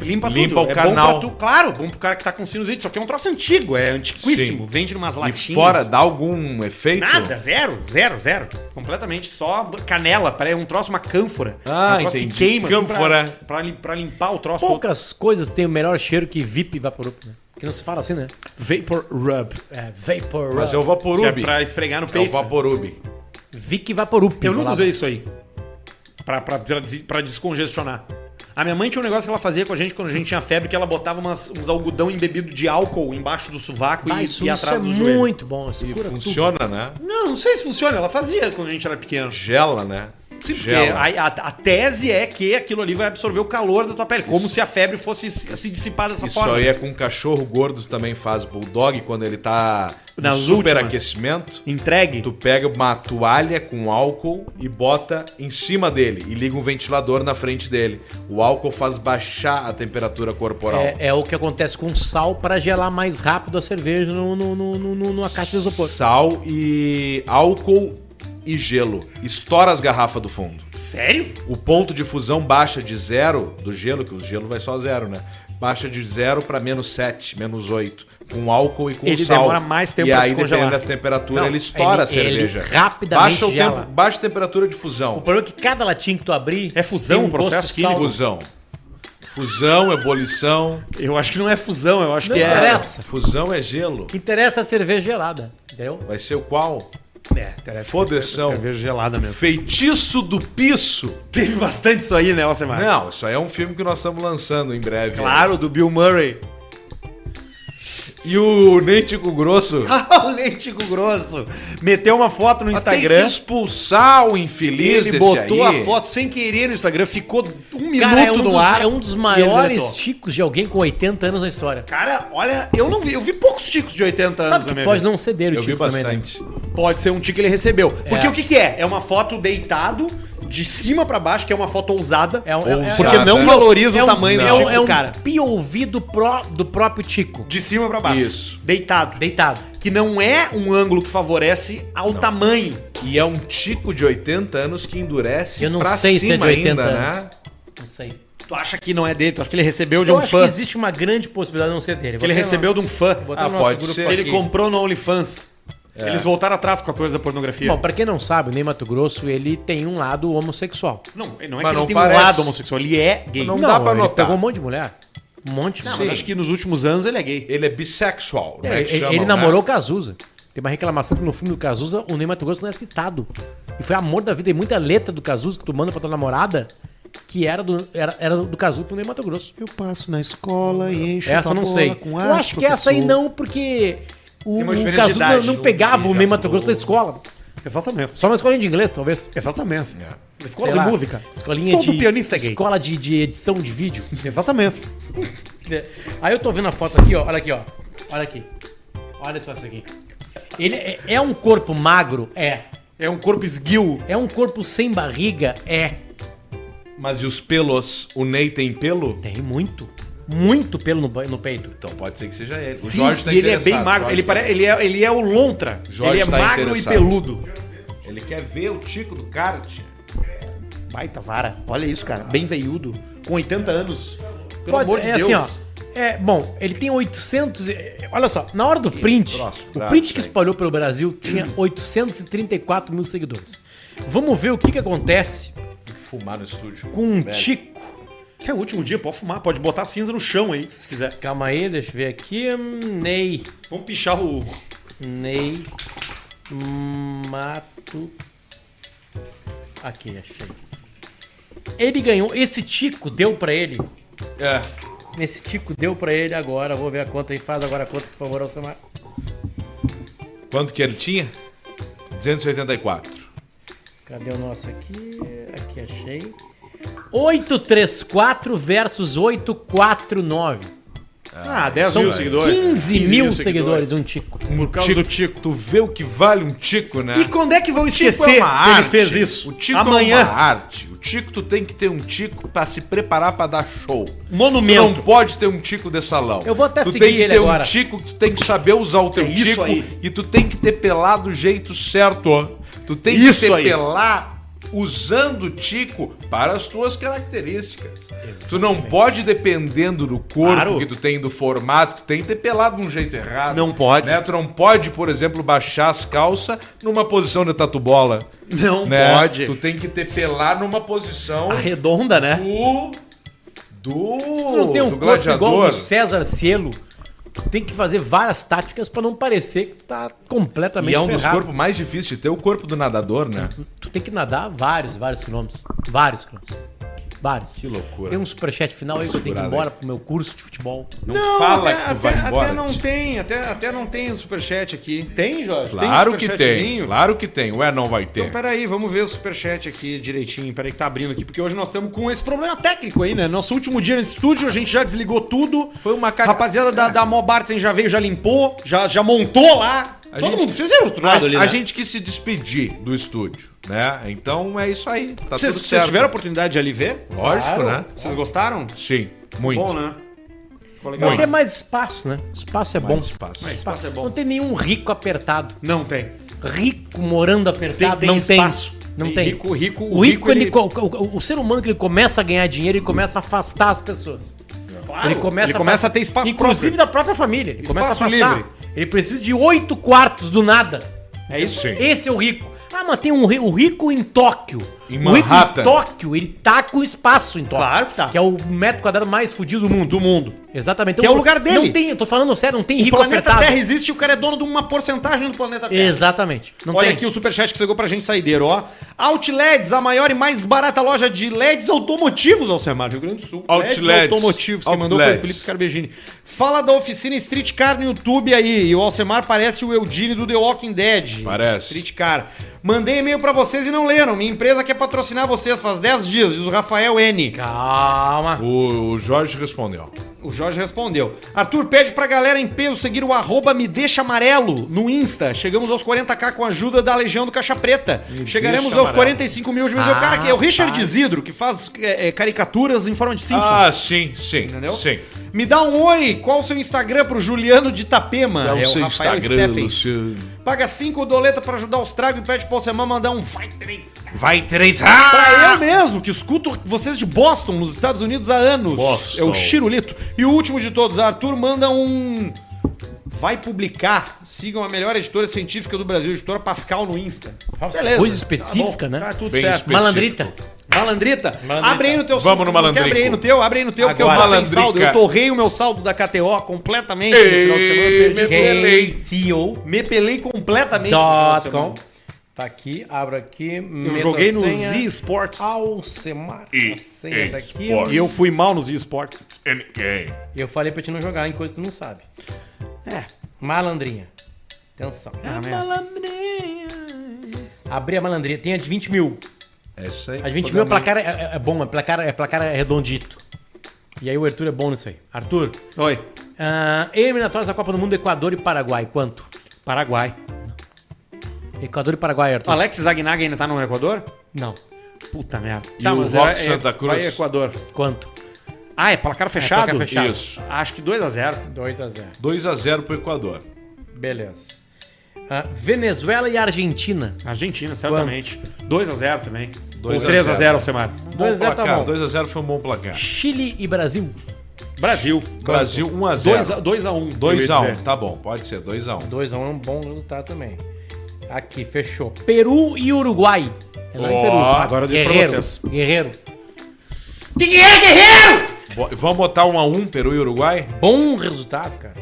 Speaker 2: Limpa, tudo.
Speaker 1: Limpa o
Speaker 2: é
Speaker 1: canal.
Speaker 2: bom pra tu, claro, bom pro cara que tá com sinusite. Isso aqui é um troço antigo, é antiquíssimo.
Speaker 1: Sim.
Speaker 2: Vende numas
Speaker 1: E
Speaker 2: latinhas.
Speaker 1: fora, dá algum efeito?
Speaker 2: Nada, zero, zero, zero. Completamente só canela, parece um troço, uma cânfora.
Speaker 1: Ah,
Speaker 2: um troço
Speaker 1: entendi.
Speaker 2: que queima
Speaker 1: Cânfora.
Speaker 2: Assim, pra- pra, lim- pra limpar o troço todo.
Speaker 3: Poucas coisas têm o melhor cheiro que VIP Vaporub, né? Que não se fala assim, né?
Speaker 2: Vapor Rub.
Speaker 3: É, Vaporub.
Speaker 1: Mas é o
Speaker 2: Que é
Speaker 1: Vaporub.
Speaker 2: pra esfregar no
Speaker 1: É o
Speaker 2: peito.
Speaker 1: Vaporub.
Speaker 3: Vic Vaporub.
Speaker 2: Eu nunca
Speaker 3: falava.
Speaker 2: usei isso aí. Pra, pra, pra, des- pra descongestionar. A minha mãe tinha um negócio que ela fazia com a gente quando a gente tinha febre, que ela botava umas- uns algodão embebido de álcool embaixo do sovaco
Speaker 3: Bah,
Speaker 2: e,
Speaker 3: isso,
Speaker 2: e
Speaker 3: isso
Speaker 2: atrás
Speaker 3: é
Speaker 2: do joelho.
Speaker 3: muito bom. Isso
Speaker 1: E
Speaker 3: cura tudo.
Speaker 1: funciona, né?
Speaker 2: Não, não sei se funciona. Ela fazia quando a gente era pequeno.
Speaker 1: Gela, né?
Speaker 2: Sim, porque
Speaker 1: Gela.
Speaker 2: a, a- a tese é que aquilo ali vai absorver o calor da tua pele, como se a febre fosse se se dissipar dessa
Speaker 1: Isso
Speaker 2: forma.
Speaker 1: aí é com cachorro gordo, tu também faz bulldog quando ele tá no
Speaker 2: Nas
Speaker 1: superaquecimento.
Speaker 2: Entregue.
Speaker 1: Tu pega uma toalha com álcool e bota em cima dele e liga um ventilador na frente dele. O álcool faz baixar a temperatura corporal.
Speaker 3: É, é o que acontece com sal para gelar mais rápido a cerveja no, no, no, no- no- numa caixa de isopor.
Speaker 1: Sal e álcool e gelo. Estoura as garrafas do fundo.
Speaker 2: Sério?
Speaker 1: O ponto de fusão baixa de zero do gelo, que o gelo vai só zero, né? Baixa de zero para menos 7, menos 8, com álcool e com
Speaker 2: Ele
Speaker 1: sal.
Speaker 2: demora mais tempo
Speaker 1: E
Speaker 2: pra
Speaker 1: aí,
Speaker 2: descongelar.
Speaker 1: dependendo das temperaturas,
Speaker 3: Não,
Speaker 1: ele estoura
Speaker 3: ele-
Speaker 1: a cerveja.
Speaker 3: ele rapidamente
Speaker 1: baixa o
Speaker 3: gela.
Speaker 1: tempo, Baixa a temperatura de
Speaker 3: O
Speaker 1: fusão.
Speaker 3: problema é que cada latinha que tu abrir.
Speaker 2: É fusão
Speaker 3: tem um
Speaker 2: o processo
Speaker 3: gosto de sal.
Speaker 1: Fusão. Fusão, ebulição.
Speaker 2: Eu acho que não é fusão, eu acho
Speaker 3: Não
Speaker 2: que é.
Speaker 3: interessa.
Speaker 1: Fusão é gelo.
Speaker 3: O que interessa é a cerveja gelada. Entendeu?
Speaker 1: Vai ser o qual?
Speaker 2: É, interessa.
Speaker 1: Fodeção.
Speaker 2: Cerveja gelada mesmo.
Speaker 1: Feitiço do Piso.
Speaker 2: Teve bastante isso aí, né, Alcemar?
Speaker 1: Não, isso aí é um filme que nós estamos lançando em breve.
Speaker 2: Claro, do Bill Murray.
Speaker 1: E o Nêntico Grosso.
Speaker 2: o Leitico Grosso meteu uma foto no
Speaker 1: Mas
Speaker 2: Instagram.
Speaker 1: Tem que expulsar o infeliz desse
Speaker 2: Ele botou
Speaker 1: aí.
Speaker 2: a foto sem querer no Instagram, ficou um
Speaker 3: Cara, é
Speaker 2: minuto
Speaker 3: um,
Speaker 2: no
Speaker 3: dos,
Speaker 2: ar.
Speaker 3: é um dos
Speaker 2: e ele
Speaker 3: maiores
Speaker 2: deletou.
Speaker 3: chicos de alguém com 80 anos na história.
Speaker 2: Cara, olha, eu não vi, eu vi poucos ticos de 80 anos
Speaker 3: Sabe
Speaker 2: na
Speaker 3: que
Speaker 2: minha
Speaker 3: pode
Speaker 2: vida.
Speaker 3: não ceder o
Speaker 1: Eu vi
Speaker 3: tico também, né?
Speaker 1: bastante.
Speaker 2: Pode ser um tique que ele recebeu. Porque
Speaker 3: É.
Speaker 2: o que que é? É uma foto deitado de cima pra baixo, que é uma foto ousada.
Speaker 3: É um- é- é-
Speaker 2: porque não
Speaker 1: Ousada.
Speaker 2: valoriza
Speaker 3: É
Speaker 2: o
Speaker 3: um,
Speaker 2: tamanho
Speaker 3: é
Speaker 2: do
Speaker 3: um,
Speaker 2: tico
Speaker 3: é
Speaker 2: do
Speaker 3: um
Speaker 2: cara.
Speaker 3: POV do, pró- do próprio tico.
Speaker 2: De cima pra baixo.
Speaker 1: Isso.
Speaker 2: Deitado.
Speaker 3: Deitado.
Speaker 2: Que não é um ângulo que favorece ao tamanho.
Speaker 1: E é um tico de 80 anos que endurece
Speaker 3: Eu não
Speaker 1: pra
Speaker 3: sei se
Speaker 1: cima
Speaker 3: é de 80
Speaker 1: ainda,
Speaker 3: anos.
Speaker 1: né?
Speaker 3: Não sei.
Speaker 2: Tu acha que não é dele, tu acha que ele recebeu de
Speaker 3: Eu
Speaker 2: um
Speaker 3: acho
Speaker 2: fã.
Speaker 3: que
Speaker 2: Que,
Speaker 3: existe uma grande possibilidade de não ser dele. Vou
Speaker 2: ele
Speaker 3: até-
Speaker 2: recebeu de um fã.
Speaker 3: vou até
Speaker 1: Ah,
Speaker 3: no nosso
Speaker 1: pode
Speaker 3: grupo
Speaker 1: ser.
Speaker 3: aqui. É.
Speaker 2: Ele comprou no OnlyFans. Eles voltaram atrás com a coisa da pornografia.
Speaker 3: Bom, pra quem não sabe, o Ney Mato Grosso, ele tem um lado homossexual.
Speaker 2: não, não é que
Speaker 1: Mas
Speaker 2: ele
Speaker 1: não
Speaker 2: tem
Speaker 1: parece.
Speaker 2: um lado homossexual, ele é gay.
Speaker 1: Não dá pra
Speaker 3: ele
Speaker 1: notar.
Speaker 3: pegou um monte de mulher. Um monte de
Speaker 2: Não,
Speaker 3: mulher.
Speaker 2: mas acho que nos últimos anos ele é gay.
Speaker 1: Ele é bissexual,
Speaker 3: É,
Speaker 1: né? que
Speaker 3: ele,
Speaker 1: chamam,
Speaker 3: ele
Speaker 1: né?
Speaker 3: namorou o Cazuza. Tem uma reclamação que no filme do Cazuza, o Ney Mato Grosso não é citado. E foi amor da vida. E muita letra do Cazuza que tu manda pra tua namorada, que era do, era, era do Cazuza pro Ney Mato Grosso.
Speaker 4: Eu passo na escola e encho
Speaker 3: essa eu não sei. eu acho que essa aí não, porque o,
Speaker 2: Tem uma
Speaker 3: o
Speaker 2: diferença de
Speaker 3: Cazuza
Speaker 2: idade,
Speaker 3: não
Speaker 2: o-
Speaker 3: pegava o
Speaker 2: já
Speaker 3: Ney Mato
Speaker 2: falou.
Speaker 3: Grosso da escola.
Speaker 2: Exatamente.
Speaker 3: Só uma escolinha de inglês, talvez.
Speaker 2: Exatamente.
Speaker 1: É.
Speaker 2: Escola
Speaker 3: Sei
Speaker 2: de
Speaker 3: lá,
Speaker 2: música.
Speaker 3: Escolinha
Speaker 2: Todo
Speaker 3: de.
Speaker 2: pianista é gay.
Speaker 3: Escola de, de edição de vídeo.
Speaker 2: Exatamente.
Speaker 3: É. Aí eu tô vendo a foto aqui, ó. Olha aqui, ó. Olha aqui. Olha só isso aqui. Ele é, é um corpo magro? É.
Speaker 2: É um corpo esguio.
Speaker 3: É um corpo sem barriga? É.
Speaker 1: Mas e os pelos? O Ney tem pelo?
Speaker 3: Tem muito. Muito pelo no, ba- no peito.
Speaker 1: Então pode ser que seja ele. O
Speaker 2: Sim, e ele é bem
Speaker 1: interessado,
Speaker 2: magro.
Speaker 1: Jorge
Speaker 2: Ele,
Speaker 1: tá-
Speaker 2: parece, ele, é, ele é o lontra.
Speaker 1: Jorge
Speaker 2: ele é
Speaker 1: tá
Speaker 2: magro
Speaker 1: interessado.
Speaker 2: e peludo.
Speaker 1: Ele quer ver o tico do cara, tia.
Speaker 2: Baita vara. Olha isso, cara. Bem veiudo. Com 80 anos. Pelo
Speaker 3: Pode-
Speaker 2: amor de
Speaker 3: é
Speaker 2: Deus.
Speaker 3: assim, ó. É, bom, ele tem 800. e- Olha só, na hora do print,
Speaker 1: troço
Speaker 3: o
Speaker 1: brabo
Speaker 3: print
Speaker 1: isso
Speaker 3: que
Speaker 1: aí. Hum.
Speaker 3: espalhou pelo Brasil tinha 834 mil seguidores. Vamos ver o que, que acontece
Speaker 1: Tem que fumar no estúdio.
Speaker 3: com um
Speaker 1: Velho.
Speaker 3: tico.
Speaker 2: Que é o último dia, pode fumar. Pode botar cinza no chão aí, se quiser.
Speaker 3: Calma aí, deixa eu ver aqui. Hum, Ney.
Speaker 2: Vamos pichar o.
Speaker 3: Ney Mato. Aqui, achei. Ele ganhou. Esse tico deu pra ele.
Speaker 1: É.
Speaker 3: Esse tico deu pra ele agora. Vou ver a conta aí. Faz agora a conta, por favor, Alcemar.
Speaker 1: Quanto que ele tinha? 284.
Speaker 3: Cadê o nosso aqui? Aqui achei. 834 versus 849.
Speaker 2: Ah, 10
Speaker 3: São
Speaker 2: mil seguidores.
Speaker 3: 15 mil seguidores, um tico.
Speaker 1: Um
Speaker 2: causa do Tico.
Speaker 1: Tu vê o que vale um tico, né?
Speaker 2: E quando é que vão
Speaker 1: Tico
Speaker 2: esquecer que ele fez isso?
Speaker 1: O tico
Speaker 2: Amanhã.
Speaker 1: é uma arte. O tico, tu tem que ter um tico pra se preparar pra dar show. Tu não
Speaker 2: Monumento.
Speaker 1: pode ter um tico de salão.
Speaker 3: Eu vou até
Speaker 1: tu
Speaker 3: seguir
Speaker 1: tem que
Speaker 3: ele
Speaker 1: ter
Speaker 3: agora.
Speaker 1: um tico, tu tem que saber usar o teu
Speaker 2: É isso
Speaker 1: tico
Speaker 2: aí.
Speaker 1: e tu tem que ter pelar do jeito certo. ó. Tu tem
Speaker 2: Isso
Speaker 1: que te
Speaker 2: aí.
Speaker 1: pelar usando o tico para as tuas características. Tu não pode, dependendo do corpo
Speaker 2: Claro.
Speaker 1: que tu tem, do formato, tu tem que ter pelado de um jeito errado.
Speaker 2: Não pode.
Speaker 1: Né? Tu não pode, por exemplo, baixar as calças numa posição de tatu-bola.
Speaker 2: Não
Speaker 1: né?
Speaker 2: pode.
Speaker 1: Tu tem que ter pelar numa posição
Speaker 2: Arredonda, né?
Speaker 1: do. Do.
Speaker 3: Se tu não tem um
Speaker 1: do
Speaker 3: corpo igual o César Cielo, tu tem que fazer várias táticas pra não parecer que tu tá completamente
Speaker 1: E é um dos
Speaker 3: ferrado.
Speaker 1: corpos mais difíceis de ter, o corpo do nadador, né?
Speaker 3: Tu tem que nadar vários, vários quilômetros. Vários quilômetros. Vários. Que
Speaker 1: loucura.
Speaker 3: Tem um superchat final aí que eu tenho que ir
Speaker 1: Segurada
Speaker 3: embora pro meu curso de futebol.
Speaker 1: Não, fala
Speaker 2: até,
Speaker 1: que tu vai
Speaker 2: até-
Speaker 1: embora.
Speaker 2: até não tem, até, até não tem superchat aqui. Tem, Jorge?
Speaker 1: Claro que tem,
Speaker 2: superchatzinho?
Speaker 1: claro que tem. Ué, não vai ter.
Speaker 2: Então, peraí, vamos ver o superchat aqui direitinho. Peraí que tá abrindo aqui, porque hoje nós estamos com esse problema técnico aí, né? Nosso último dia nesse estúdio, a gente já desligou tudo.
Speaker 1: Foi uma caga-
Speaker 2: Rapaziada da, da Mo Bartzen já veio, já limpou, já, já montou lá.
Speaker 1: A
Speaker 2: Todo
Speaker 1: gente-
Speaker 2: mundo, vocês viram o outro
Speaker 1: a,
Speaker 2: lado ali,
Speaker 1: a
Speaker 2: né?
Speaker 1: gente quis se despedir do estúdio, né? Então é isso aí. Tá
Speaker 2: Vocês,
Speaker 1: tudo
Speaker 2: vocês
Speaker 1: certo.
Speaker 2: tiveram a oportunidade de ali ver?
Speaker 1: Lógico,
Speaker 3: Claro.
Speaker 1: né?
Speaker 2: Vocês gostaram?
Speaker 1: Sim, muito.
Speaker 2: Bom, né? Ficou legal.
Speaker 3: Não
Speaker 1: Muito.
Speaker 3: tem mais espaço, né? Espaço é bom.
Speaker 1: espaço.
Speaker 2: Mas espaço é bom.
Speaker 3: Não tem nenhum rico apertado.
Speaker 2: Não tem.
Speaker 3: Rico morando apertado.
Speaker 2: tem
Speaker 3: não
Speaker 2: espaço.
Speaker 3: tem. Não
Speaker 2: Tem
Speaker 3: tem.
Speaker 2: rico- rico-
Speaker 3: o
Speaker 2: o rico,
Speaker 3: rico, ele...
Speaker 2: ele-
Speaker 3: co- o, o ser humano que ele começa a ganhar dinheiro, ele começa a afastar as pessoas.
Speaker 2: Ele começa,
Speaker 3: afastar-
Speaker 2: a ter espaço próprio.
Speaker 3: Inclusive da própria família. Ele começa a
Speaker 2: Espaço
Speaker 3: afastar.
Speaker 2: livre.
Speaker 3: Ele precisa de oito quartos do nada.
Speaker 2: É isso?
Speaker 1: Sim.
Speaker 3: Esse é o rico. Ah, mas tem um ri- o rico em Tóquio.
Speaker 1: Em
Speaker 3: o rico
Speaker 1: Manhattan.
Speaker 3: em Tóquio, ele tá com espaço em Tóquio.
Speaker 2: Claro que é tá.
Speaker 3: Que é o metro quadrado mais fudido do mundo. Do mundo. Exatamente.
Speaker 2: Que é o lugar dele.
Speaker 3: Não tem, eu tô falando sério, não tem
Speaker 2: O
Speaker 3: rico
Speaker 2: planeta
Speaker 3: apertado.
Speaker 2: Terra existe e o cara é dono de uma porcentagem do planeta Terra.
Speaker 3: Exatamente. Não
Speaker 2: Olha
Speaker 3: tem.
Speaker 2: aqui o superchat que chegou pra gente saideiro, ó. Outleds, a maior e mais barata loja de LEDs automotivos, Alcemar, Rio Grande do Sul.
Speaker 1: Outleds.
Speaker 2: automotivos, quem mandou foi o
Speaker 1: Outleds.
Speaker 2: Felipe Scarbegini. Fala da oficina Street Car no YouTube aí, e o Alcemar parece o Eudine do The Walking Dead.
Speaker 1: Parece.
Speaker 2: Street Car. Mandei e-mail pra vocês e não leram. Minha empresa quer patrocinar vocês faz 10 dias, diz o Rafael N.
Speaker 3: Calma.
Speaker 1: O, o Jorge respondeu.
Speaker 2: O Jorge respondeu. Arthur, pede pra galera em peso seguir o arroba me deixa amarelo no Insta. Chegamos aos 40k com a ajuda da Legião do Caixa Preta. Chegaremos
Speaker 1: deixa
Speaker 2: aos
Speaker 1: amarelo.
Speaker 2: 45 mil de mil. É o cara que é o
Speaker 3: Ah,
Speaker 2: Richard
Speaker 3: tá.
Speaker 2: Isidro, que faz é, é, caricaturas em forma de Simpsons.
Speaker 1: Ah, sim, sim.
Speaker 2: Entendeu?
Speaker 1: Sim.
Speaker 2: Me dá um oi. Qual o seu Instagram pro Juliano de
Speaker 3: Ah,
Speaker 2: Itapema?
Speaker 3: é
Speaker 2: É
Speaker 1: Dá É o seu Instagram,
Speaker 2: Steffens.
Speaker 1: Luciano.
Speaker 2: Paga 5 doleta pra ajudar os tragos e pede pro Alcemar mandar um vai trem.
Speaker 1: Vai três.
Speaker 2: Pra eu
Speaker 1: Ah!
Speaker 2: mesmo, que escuto vocês de Boston, nos Estados Unidos, há anos.
Speaker 1: Boston.
Speaker 2: É o Chirulito. E o último de todos, Arthur, manda um. Vai publicar. Sigam a melhor editora científica do Brasil, editora Pascal no Insta. Beleza.
Speaker 3: coisa
Speaker 2: Tá
Speaker 3: específica,
Speaker 2: bom,
Speaker 3: né?
Speaker 2: Tá tudo
Speaker 1: Bem
Speaker 2: certo.
Speaker 1: específica.
Speaker 3: Malandrita.
Speaker 2: Malandrita,
Speaker 3: Malandrita.
Speaker 2: abre aí no teu
Speaker 1: Vamos no
Speaker 2: malandrita.
Speaker 1: malandrico.
Speaker 2: Abre aí no teu, abre aí no teu, porque eu
Speaker 1: Agora.
Speaker 2: tô sem saldo. Eu
Speaker 1: Malandrica.
Speaker 2: torrei o meu saldo da KTO completamente
Speaker 1: Ei,
Speaker 2: nesse final de semana. eu Perdi.
Speaker 1: meu-
Speaker 3: KTO.com.
Speaker 2: Me pelei completamente no final de semana.
Speaker 3: Tá aqui, abro aqui.
Speaker 2: Eu joguei no Z Sports.
Speaker 3: Alcemar.
Speaker 1: E-
Speaker 3: A senha tá aqui.
Speaker 1: esporte.
Speaker 2: E eu fui mal nos esportes.
Speaker 1: NK.
Speaker 3: E eu falei pra te não jogar em coisa que tu não sabe.
Speaker 2: É.
Speaker 3: Malandrinha. Atenção.
Speaker 2: Ah, né? merda.
Speaker 3: Abri a malandrinha. Tem a de 20 mil.
Speaker 1: É isso aí.
Speaker 3: A de 20 mil é placar, é, é- é bom, é placar, é placar redondito. E aí o Arthur é bom nisso aí. Arthur,
Speaker 2: Oi.
Speaker 3: ah, eliminatórias da Copa do Mundo, Equador e Paraguai. Quanto?
Speaker 2: Paraguai.
Speaker 3: Equador e Paraguai, Arthur.
Speaker 2: Alex Zagnaga ainda tá no Equador? Tá,
Speaker 3: Não. Puta merda.
Speaker 1: E o Rock Santa Cruz?
Speaker 2: é, Vai Equador.
Speaker 3: Quanto?
Speaker 2: Ah, é placar fechado?
Speaker 3: placar fechado.
Speaker 1: Isso.
Speaker 2: Acho que 2x0.
Speaker 3: 2 a 0
Speaker 1: 2 a 0 pro Equador.
Speaker 3: Beleza. Ah, Venezuela e Argentina.
Speaker 2: Argentina, certamente. 2x0 também. Ou
Speaker 1: 2 a 0.
Speaker 2: 3x0, Alcemar.
Speaker 3: 2 a 0 tá bom.
Speaker 1: 2 a 0 foi um bom placar.
Speaker 3: Chile e Brasil.
Speaker 2: Brasil.
Speaker 1: Brasil 1 a 0.
Speaker 2: 2x1. 2x1.
Speaker 1: 2x1, tá bom, pode ser 2x1.
Speaker 3: 2 a 1 é um bom resultado também. Aqui, fechou. Peru e Uruguai. É lá em
Speaker 1: Ó,
Speaker 3: Peru.
Speaker 2: agora eu deixo pra
Speaker 3: Guerreiro,
Speaker 2: vocês.
Speaker 3: Guerreiro.
Speaker 2: Quem é, guerreiro?
Speaker 1: um Bo- Vamos botar 1x1 Peru e Uruguai?
Speaker 3: Bom resultado, cara.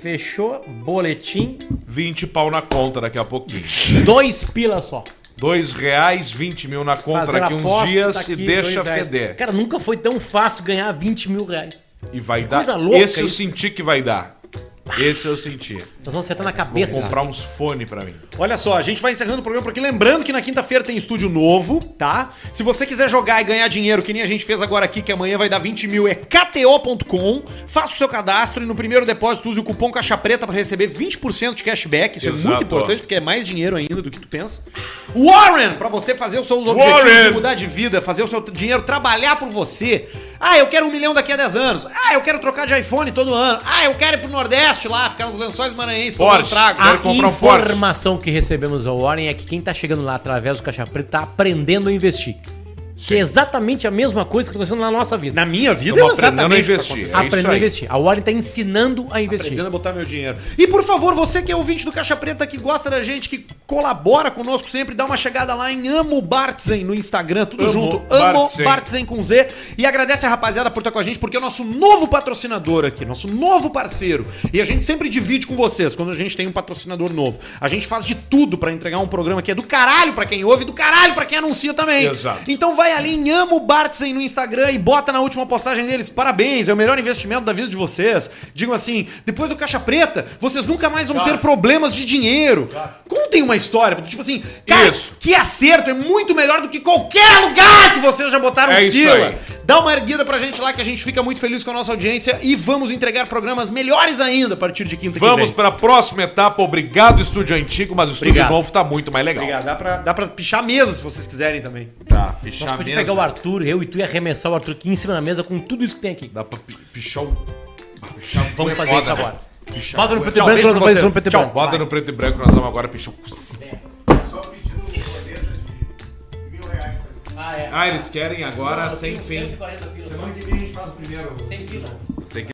Speaker 3: Fechou, boletim,
Speaker 1: 20 pau na conta daqui a pouquinho.
Speaker 3: dois pila só.
Speaker 1: Dois reais, 20 mil na conta
Speaker 3: Fazendo
Speaker 1: daqui uns
Speaker 3: aposta,
Speaker 1: dias
Speaker 3: tá aqui,
Speaker 1: e deixa
Speaker 3: dois reais.
Speaker 1: feder.
Speaker 3: Cara, nunca foi tão fácil ganhar 20 mil reais.
Speaker 1: E vai dar.
Speaker 3: coisa louca
Speaker 1: Esse eu
Speaker 3: isso.
Speaker 1: senti que vai dar. Esse eu senti.
Speaker 3: Nós vamos acertar na
Speaker 1: Vou
Speaker 3: cabeça.
Speaker 1: comprar uns fone pra mim.
Speaker 2: Olha só, a gente vai encerrando o programa porque lembrando que na quinta-feira tem estúdio novo, tá? Se você quiser jogar e ganhar dinheiro, que nem a gente fez agora aqui, que amanhã vai dar 20 mil, é kto.com. Faça o seu cadastro e no primeiro depósito use o cupom Caixa Preta pra receber 20% de cashback. Isso é muito
Speaker 1: Exato.
Speaker 2: importante porque é mais dinheiro ainda do que tu pensa. Warren, pra você fazer os seus objetivos
Speaker 1: Warren!
Speaker 2: e mudar de vida, fazer o seu dinheiro trabalhar por você. Ah, eu quero um milhão daqui a 10 anos. Ah, eu quero trocar de iPhone todo ano. Ah, eu quero ir pro Nordeste lá, ficar nos lençóis maranhenses tomando
Speaker 1: Porsche.
Speaker 2: trago.
Speaker 1: Quero
Speaker 3: A
Speaker 1: comprar um Porsche.
Speaker 3: informação que recebemos ao Warren é que quem tá chegando lá através do Caixa Preta tá aprendendo a investir. Que é exatamente a mesma coisa que tá acontecendo na nossa vida.
Speaker 2: Na minha vida,
Speaker 1: Tamo aprendendo
Speaker 2: é
Speaker 1: a
Speaker 2: exatamente o que tá
Speaker 1: investir.
Speaker 2: acontecendo.
Speaker 1: isso
Speaker 3: Aprendendo a
Speaker 1: aí.
Speaker 3: investir. A Warren tá ensinando a investir.
Speaker 2: Aprendendo a botar meu dinheiro. E por favor, você que é ouvinte do Caixa Preta, que gosta da gente, que colabora conosco sempre, dá uma chegada lá em Amo Bartzen no Instagram, tudo
Speaker 1: Amo
Speaker 2: junto. Amo
Speaker 1: Bartzen.
Speaker 2: Bartzen com Z. E agradece a rapaziada por estar com a gente, porque é o nosso novo patrocinador aqui, nosso novo parceiro. E a gente sempre divide com vocês quando a gente tem um patrocinador novo. A gente faz de tudo pra entregar um programa que é do caralho pra quem ouve e do caralho pra quem anuncia também.
Speaker 1: Exato.
Speaker 2: Então vai ali em Amo Bartzen no Instagram e bota na última postagem deles. Parabéns, é o melhor investimento da vida de vocês. Digam assim, depois do Caixa Preta, vocês nunca mais vão ter problemas de dinheiro. Contem uma história, tipo assim, cara,
Speaker 1: Isso.
Speaker 2: que acerto é muito melhor do que qualquer lugar que vocês já botaram
Speaker 1: É
Speaker 2: os
Speaker 1: isso
Speaker 2: pila.
Speaker 1: aí.
Speaker 2: Dá uma erguida pra gente lá que a gente fica muito feliz com a nossa audiência e vamos entregar programas melhores ainda a partir de quinta que
Speaker 1: Vamos
Speaker 2: vem.
Speaker 1: para a próxima etapa. Obrigado, estúdio antigo, mas o estúdio
Speaker 2: Obrigado.
Speaker 1: novo tá muito mais legal.
Speaker 2: Obrigado, dá pra, dá pra pichar mesa se vocês quiserem também.
Speaker 1: Tá,
Speaker 3: Nós
Speaker 1: pichar
Speaker 3: podíamos
Speaker 1: mesmo.
Speaker 3: pegar o Arthur, eu e tu e arremessar o Arthur aqui em cima da mesa com tudo isso que tem aqui.
Speaker 1: Dá pra pi- pichar o. Pichar o
Speaker 3: Vamos
Speaker 1: é
Speaker 3: fazer
Speaker 1: foda,
Speaker 3: isso
Speaker 1: né?
Speaker 3: agora.
Speaker 1: Pichar
Speaker 3: Bota no
Speaker 1: o é-
Speaker 3: preto e branco,
Speaker 2: beijo
Speaker 3: nós
Speaker 2: pra
Speaker 3: vamos fazer isso no
Speaker 2: vocês.
Speaker 3: preto e
Speaker 2: Tchau,
Speaker 3: branco.
Speaker 1: Bota
Speaker 3: Vai.
Speaker 1: no preto e branco, nós vamos agora pichar o.
Speaker 3: Ah, é.
Speaker 1: Ah, eles querem agora sem fim.
Speaker 3: 140 pila.
Speaker 1: que vem a gente faz o primeiro.
Speaker 3: Sem pila.